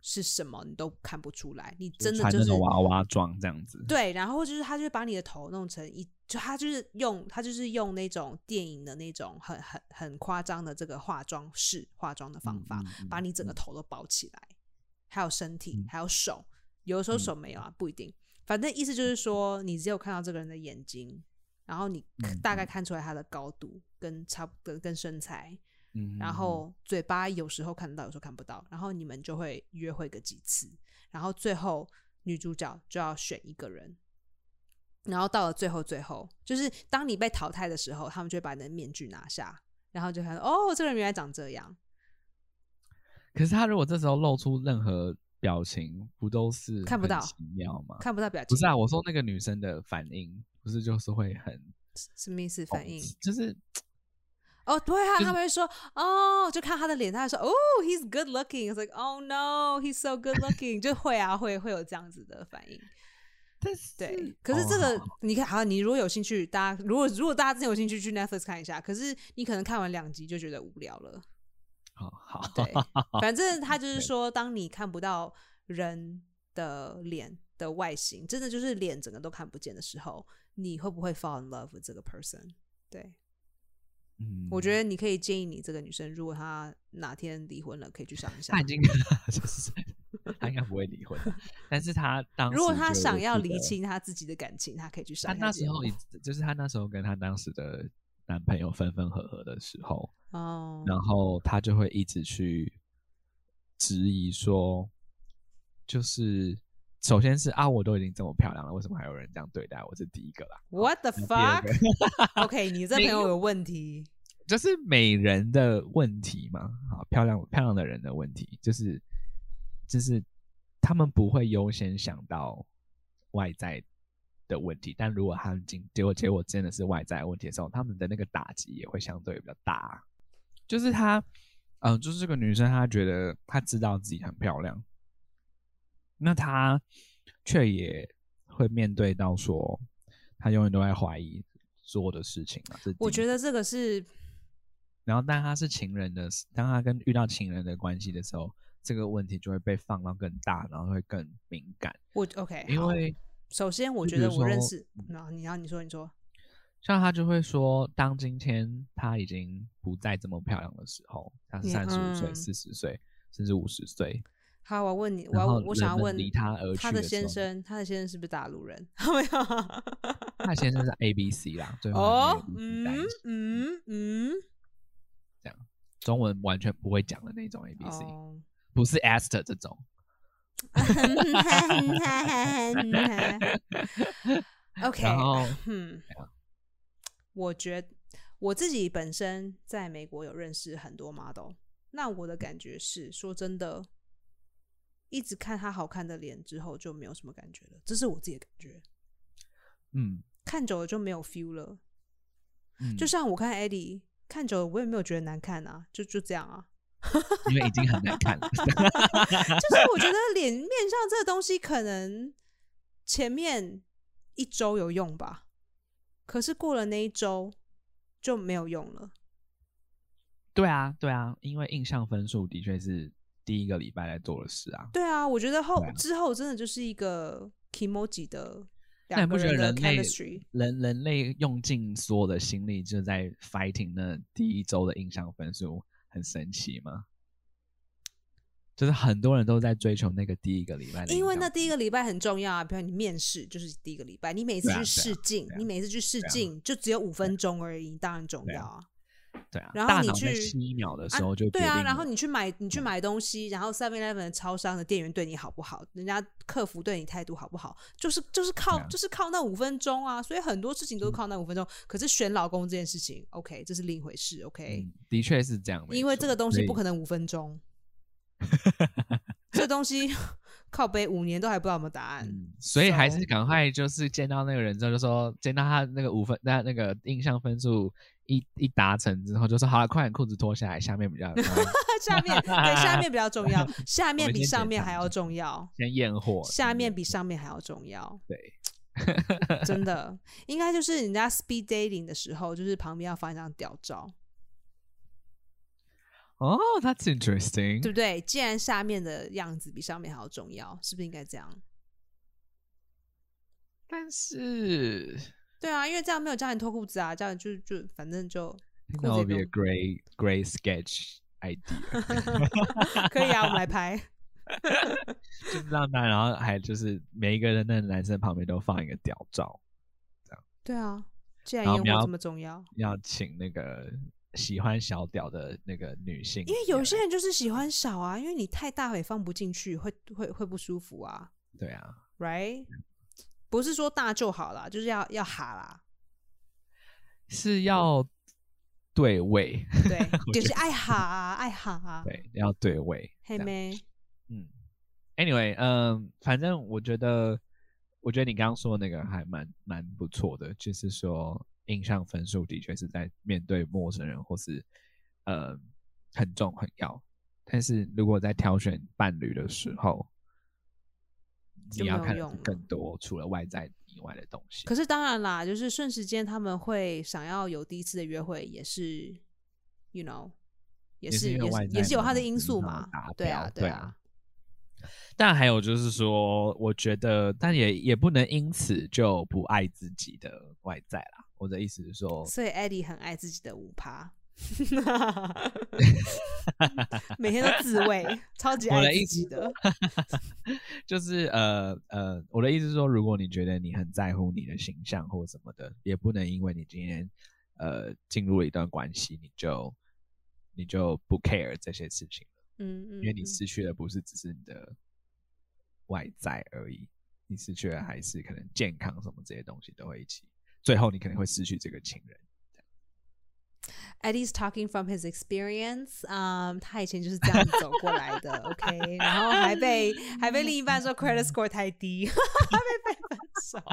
Speaker 2: 是什么你都看不出来，你
Speaker 1: 个
Speaker 2: 真的
Speaker 1: 穿
Speaker 2: 就
Speaker 1: 那
Speaker 2: 是
Speaker 1: 种娃娃装这样子，
Speaker 2: 对，然后就是他就是把你的头弄成一，就他就是用他就是用那种电影的那种很很很夸张的这个化妆式化妆的方
Speaker 1: 嗯
Speaker 2: 法，
Speaker 1: 嗯
Speaker 2: 把
Speaker 1: 嗯
Speaker 2: 你整个头都包起来，还有身体
Speaker 1: 嗯，
Speaker 2: 还有手，有的时候手没有啊，不一定。反正意思就是说，你只有看到这个人的眼睛，然后你
Speaker 1: 嗯
Speaker 2: 大概看出来他的高度跟差不跟跟身材，
Speaker 1: 嗯
Speaker 2: 然后嘴巴有时候看得到，有时候看不到，然后你们就会约会个几次，然后最后女主角就要选一个人，然后到了最后最后，就是当你被淘汰的时候，他们就会把你的面具拿下，然后就看哦，这个人原来长这样，
Speaker 1: 可是他如果这时候露出任何表情，不都是
Speaker 2: 看不
Speaker 1: 很
Speaker 2: 到
Speaker 1: 奇妙吗？
Speaker 2: 看不到表情，
Speaker 1: 不是啊，我说那个女生的反应，不是就是会很
Speaker 2: 什么意思？反应
Speaker 1: 就是
Speaker 2: 哦，对啊，
Speaker 1: 就是
Speaker 2: 他们会说哦，就看他的脸，他会说哦，he's good looking，it's like oh no，he's so good looking，就会啊，会会有这样子的反应。
Speaker 1: 但是
Speaker 2: 对，可是这
Speaker 1: 哦
Speaker 2: 个、你看，好，你如果有兴趣，大家如果如果大家真的有兴趣去 Netflix 看一下，可是你可能看完两集就觉得无聊 了。
Speaker 1: 好哦好好
Speaker 2: 对，反正他就是说，当你看不到人的脸的外形，真的就是脸整个都看不见的时候，你会不会 fall in love with 这个 person？对，
Speaker 1: 嗯
Speaker 2: 我觉得你可以建议你这个女生，如果她哪天离婚了，可以去想一下
Speaker 1: 他已。 经就是他应该不会离婚的，但是他当
Speaker 2: 如果
Speaker 1: 时
Speaker 2: 她
Speaker 1: 就
Speaker 2: 想
Speaker 1: 是
Speaker 2: 要
Speaker 1: 觉
Speaker 2: 厘
Speaker 1: 得，
Speaker 2: 清她自己的感情，她可以去
Speaker 1: 他
Speaker 2: 上一下
Speaker 1: 那时
Speaker 2: 节
Speaker 1: 候
Speaker 2: 目
Speaker 1: 已就是他那时候跟他当时的男朋友分分合合的时候，
Speaker 2: 哦，
Speaker 1: 然后他就会一直去质疑说，就是首先是啊，我都已经这么漂亮了，为什么还有人这样对待我？这第一个啦，
Speaker 2: What the
Speaker 1: 第二个
Speaker 2: fuck？OK，你这 朋友有问题。
Speaker 1: 就是美人的问题嘛，好漂亮漂亮的人的问题，就是就是他们不会优先想到外在的问题，但如果他们今结果结果真的是外在问题的时候，他们的那个打击也会相对比较大。就是她，嗯、就是这个女生，她觉得她知道自己很漂亮，那她却也会面对到说，他永远都在怀疑做的事情啊嘛。这是
Speaker 2: 我
Speaker 1: 第一
Speaker 2: 觉得这个是
Speaker 1: 然后当他是情人的时，当他跟遇到情人的关系的时候，这个问题就会被放到更大，然后会更敏感。
Speaker 2: 我 OK，
Speaker 1: 因
Speaker 2: 哎好
Speaker 1: 为
Speaker 2: 首先我
Speaker 1: 就比
Speaker 2: 觉得
Speaker 1: 如
Speaker 2: 我认
Speaker 1: 说嗯
Speaker 2: 识，然后你然后你说你说，
Speaker 1: 像他就会说，当今天他已经不再这么漂亮的时候，他是
Speaker 2: 你
Speaker 1: 三十五岁、
Speaker 2: 嗯
Speaker 1: 四十岁，甚至五十岁，
Speaker 2: 好，我要问你，我
Speaker 1: 然
Speaker 2: 要
Speaker 1: 后
Speaker 2: 我
Speaker 1: 人
Speaker 2: 想要
Speaker 1: 们
Speaker 2: 问
Speaker 1: 离他而
Speaker 2: 他
Speaker 1: 去
Speaker 2: 的
Speaker 1: 的
Speaker 2: 先
Speaker 1: 时候
Speaker 2: 生，他的先生是不是大陆人？ 没有。
Speaker 1: 他先生是 A B C 啦，最后还
Speaker 2: 哦
Speaker 1: 跟，ABC 在一
Speaker 2: 嗯
Speaker 1: 起
Speaker 2: 嗯嗯，
Speaker 1: 中文完全不会讲的那种 A B C，、
Speaker 2: 哦，
Speaker 1: 不是 Esther 这种。
Speaker 2: OK，
Speaker 1: 然后
Speaker 2: 嗯，我觉我自己本身在美国有认识很多 model，那我的感觉是，说真的，一直看她好看的脸之后就没有什么感觉了，这是我自己的感觉，
Speaker 1: 嗯，
Speaker 2: 看久了就没有 feel 了。
Speaker 1: 嗯
Speaker 2: 就像我看 Eddie，看久了我也没有觉得难看啊，就就这样啊。
Speaker 1: 因为已经很难看了。
Speaker 2: 就是我觉得脸面上这个东西，可能前面一周有用吧，可是过了那一周就没有用了。
Speaker 1: 对啊，对啊，因为印象分数的确是第一个礼拜来做的事啊。
Speaker 2: 对啊，我觉得后、
Speaker 1: 对啊
Speaker 2: 之后真的就是一个 emoji 的
Speaker 1: 那你
Speaker 2: 两
Speaker 1: 不
Speaker 2: 个
Speaker 1: 觉得
Speaker 2: 的
Speaker 1: 人类
Speaker 2: chemistry。
Speaker 1: 人人类用尽所有的心力，就在 fighting 那第一周的印象分数，很神奇吗？就是很多人都在追求那个第一个礼拜的印象分数，
Speaker 2: 因为那第一个礼拜很重要啊，比如你面试就是第一个礼拜，你每一次
Speaker 1: 对啊对
Speaker 2: 去
Speaker 1: 啊
Speaker 2: 试镜，
Speaker 1: 对啊
Speaker 2: 你每一次去试
Speaker 1: 对啊
Speaker 2: 镜、就只有五分钟而已，当然重
Speaker 1: 对啊
Speaker 2: 要啊。
Speaker 1: 对啊，
Speaker 2: 然后
Speaker 1: 大
Speaker 2: 你
Speaker 1: 脑在
Speaker 2: 去
Speaker 1: 七秒的时候就决
Speaker 2: 对
Speaker 1: 定
Speaker 2: 啊，然
Speaker 1: 了嗯
Speaker 2: 后你去买你去买东西，然后 Seven Eleven 的超商的店员对你好不好，人家客服对你态度好不好，就是就是靠、
Speaker 1: 对啊嗯
Speaker 2: 就是靠那五分钟啊，所以很多事情都是靠那五分钟。可是选老公这件事情，OK，这是另一回事，OK，、
Speaker 1: 嗯的确是这样，没
Speaker 2: 因为
Speaker 1: 错
Speaker 2: 这个东西
Speaker 1: 所
Speaker 2: 不
Speaker 1: 以
Speaker 2: 可能五分钟，这东西靠背五年都还不知道有没有答案。
Speaker 1: 嗯，所以还
Speaker 2: So-
Speaker 1: 是赶快就是见到那个人之后，就说见到他那个五分，那那个印象分数一一达成之后，就说好了，快点裤子脱下来，下面比较快
Speaker 2: 下面对下面比较 重要，下面
Speaker 1: 们
Speaker 2: 比
Speaker 1: 先
Speaker 2: 上
Speaker 1: 检
Speaker 2: 面
Speaker 1: 查
Speaker 2: 还
Speaker 1: 一
Speaker 2: 要
Speaker 1: 下
Speaker 2: 重要，
Speaker 1: 先验货，
Speaker 2: 下
Speaker 1: 先
Speaker 2: 面
Speaker 1: 验
Speaker 2: 比上面还要重要。
Speaker 1: 对，
Speaker 2: 真的，应该就是人家 speed dating 的时候，就是旁边要放一张屌照，
Speaker 1: 哦、t h a t s interesting，
Speaker 2: 对不对？既然下面的样子比上面还要重要，是不是应该这样？
Speaker 1: 但是
Speaker 2: 对啊，因为这样没有叫你脱裤子啊，叫你就就反 正就
Speaker 1: that
Speaker 2: 裤子
Speaker 1: would be
Speaker 2: 也
Speaker 1: a
Speaker 2: 不
Speaker 1: great great sketch idea，
Speaker 2: 可以啊，我们来拍。
Speaker 1: 就是让大家，然后还就是每一个人的男生旁边都放一个屌照，
Speaker 2: 对啊，既然
Speaker 1: 然后
Speaker 2: 烟
Speaker 1: 我们
Speaker 2: 火
Speaker 1: 要
Speaker 2: 这么重要，
Speaker 1: 要请那个喜欢小屌的那个女性也
Speaker 2: 因
Speaker 1: 来，
Speaker 2: 为有些人就是喜欢小啊，因为你太大也放不进去，会会会不舒服啊
Speaker 1: 对啊，
Speaker 2: ，right？不是说大就好啦，就是要要哈啦，
Speaker 1: 是要对位，
Speaker 2: 对，就是爱哈啊，爱哈啊，
Speaker 1: 对，要对位，这
Speaker 2: 黑
Speaker 1: 样
Speaker 2: 妹，
Speaker 1: 嗯，anyway，嗯，反正我觉得，我觉得你刚刚说的那个还蛮蛮不错的，就是说印象分数的确是在面对陌生人或是呃很重很要，但是如果在挑选伴侣的时候，你
Speaker 2: 就没
Speaker 1: 要
Speaker 2: 有
Speaker 1: 看
Speaker 2: 用
Speaker 1: 的是
Speaker 2: 了
Speaker 1: 更多除了外在以外的东西。
Speaker 2: 可是当然啦，就是瞬时间他们会想要有第一次的约会，也是，you know，
Speaker 1: 也
Speaker 2: 也是
Speaker 1: 是因为
Speaker 2: 也
Speaker 1: 外
Speaker 2: 是
Speaker 1: 在
Speaker 2: 也是有
Speaker 1: 的
Speaker 2: 他的
Speaker 1: 因
Speaker 2: 因
Speaker 1: 素
Speaker 2: 素
Speaker 1: 没有
Speaker 2: 嘛
Speaker 1: 达，
Speaker 2: 对啊
Speaker 1: 标
Speaker 2: 对
Speaker 1: 对
Speaker 2: 啊
Speaker 1: 啊，但还有就是说，我觉得，但也也不能因此就不爱自己的外在啦。我的意思是说，
Speaker 2: 所以 Eddie 很爱自己的五趴，每天都自慰，超级
Speaker 1: 我
Speaker 2: 爱
Speaker 1: 的
Speaker 2: 自
Speaker 1: 意
Speaker 2: 己
Speaker 1: 思
Speaker 2: 的，
Speaker 1: 就是呃呃，我的意思是说，如果你觉得你很在乎你的形象或什么的，也不能因为你今天呃进入了一段关系，你就你就不 care 这些事情了，
Speaker 2: 嗯嗯，
Speaker 1: 因为你
Speaker 2: 嗯
Speaker 1: 失去的不是只是你的外在而已，你失去的还是可能健康什么这些东西都会一起，最后你可能会失去这个情人。
Speaker 2: Eddie's talking from his experience，嗯、Um, 他以前就是这样子走过来的，OK，然后还被还被另一半说 credit score 太低， 被被分手，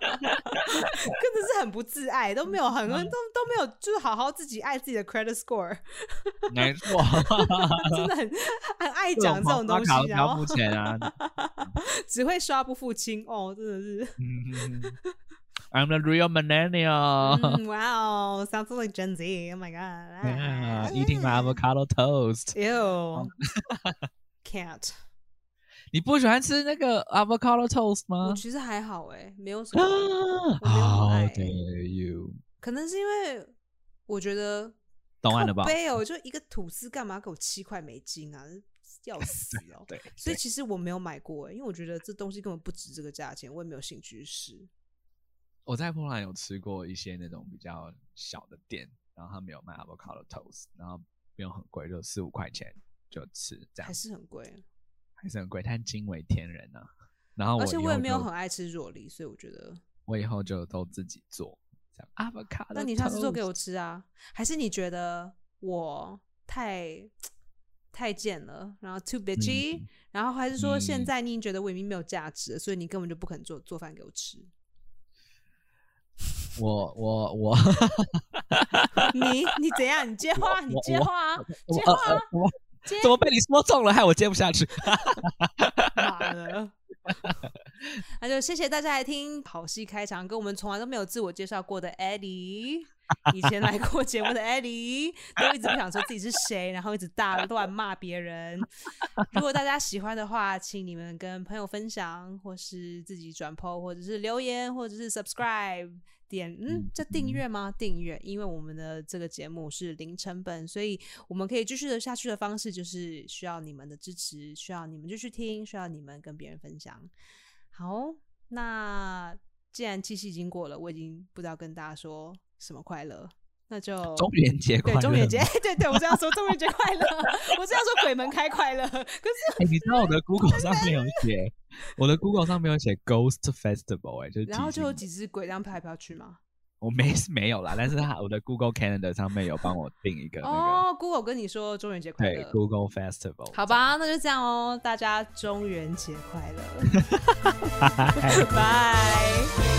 Speaker 2: 真的是很不自爱，都没有很多都都没有就是好好自己爱自己的 credit score，
Speaker 1: 没错，
Speaker 2: 真的很很爱讲这种东
Speaker 1: 花卡
Speaker 2: 西，
Speaker 1: 都不
Speaker 2: 然
Speaker 1: 要
Speaker 2: 后
Speaker 1: 付钱啊，
Speaker 2: 只会刷不付清哦，真的是，
Speaker 1: 嗯 I'm the real millennial.
Speaker 2: 嗯哇哦，sounds like Gen Z，Oh my god，
Speaker 1: Yeah, eating
Speaker 2: 哎
Speaker 1: my avocado toast.
Speaker 2: ew，can't。
Speaker 1: 你不喜欢吃那个 avocado toast
Speaker 2: 我
Speaker 1: 吗？
Speaker 2: 其实还好哎、没有什 么，
Speaker 1: 啊
Speaker 2: 没有很爱
Speaker 1: ，How dare you！
Speaker 2: 可能是因为我觉得
Speaker 1: 懂
Speaker 2: 靠
Speaker 1: 了吧？
Speaker 2: 背哦，就一个吐司干嘛给我七块美金啊，要死哦！
Speaker 1: 对，
Speaker 2: 所以
Speaker 1: 对
Speaker 2: 其实我没有买过、欸，因为我觉得这东西根本不值这个价钱，我也没有兴趣去试。
Speaker 1: 我在波兰有吃过一些那种比较小的店，然后他们有卖 avocado toast，然后不用很贵，就四五块钱就吃，这样
Speaker 2: 还是很贵，
Speaker 1: 还是很贵，但惊为天人呢、然后
Speaker 2: 而且
Speaker 1: 以
Speaker 2: 我也
Speaker 1: 后
Speaker 2: 没有
Speaker 1: 就
Speaker 2: 很爱吃若梨，所以我觉得，
Speaker 1: 我以后就都自己做这样 avocado。
Speaker 2: 那你下次做给我吃啊？还是你觉得我太太贱了，然后 too bitchy，、
Speaker 1: 嗯
Speaker 2: 然后还是说现
Speaker 1: 嗯
Speaker 2: 在你已经觉得我已经没有价值了，所以你根本就不肯做做饭给我吃？
Speaker 1: 我我 我
Speaker 2: 你你怎样？你接话，你
Speaker 1: 我
Speaker 2: 接
Speaker 1: 我
Speaker 2: 话啊，
Speaker 1: 我
Speaker 2: 接
Speaker 1: 呃
Speaker 2: 话
Speaker 1: 呃
Speaker 2: 啊，
Speaker 1: 我
Speaker 2: 接哦
Speaker 1: 怎么被你说中了，害我接不下去。
Speaker 2: 妈的！ 那就谢谢大家来听好戏开场，跟我们从来都没有自我介绍过的 Eddie，以前来过节目的 Eddie，都一直不想说自己是谁，然后一直大乱骂别人。如果大家喜欢的话，请你们跟朋友分享，或是自己转 PO，或者是留言，或者是 subscribe。点嗯
Speaker 1: 嗯，
Speaker 2: 叫订阅吗？订阅，因为我们的这个节目是零成本，所以我们可以继续的下去的方式就是需要你们的支持，需要你们继续听，需要你们跟别人分享。好，哦那既然七夕已经过了，我已经不知道跟大家说什么快乐，那就
Speaker 1: 中元节快
Speaker 2: 对
Speaker 1: 乐！哎
Speaker 2: 中元节， 对对，我这样说中元节快乐，我这样说鬼门开快乐，可 是
Speaker 1: 哎、你知道 我的 Google 上面有写，我的 Google 上面有写 Ghost Festival，哎、就是
Speaker 2: 然后
Speaker 1: 即兴
Speaker 2: 就有几只鬼这样飘来飘去嘛。
Speaker 1: 我没没有啦，但是他我的 Google Calendar 上面有帮我定一个啊那个、
Speaker 2: 哦，Google 跟你说中元节快
Speaker 1: 对
Speaker 2: 乐，
Speaker 1: Google Festival，
Speaker 2: 好吧，那就这样 哦，大家中元节快乐，拜。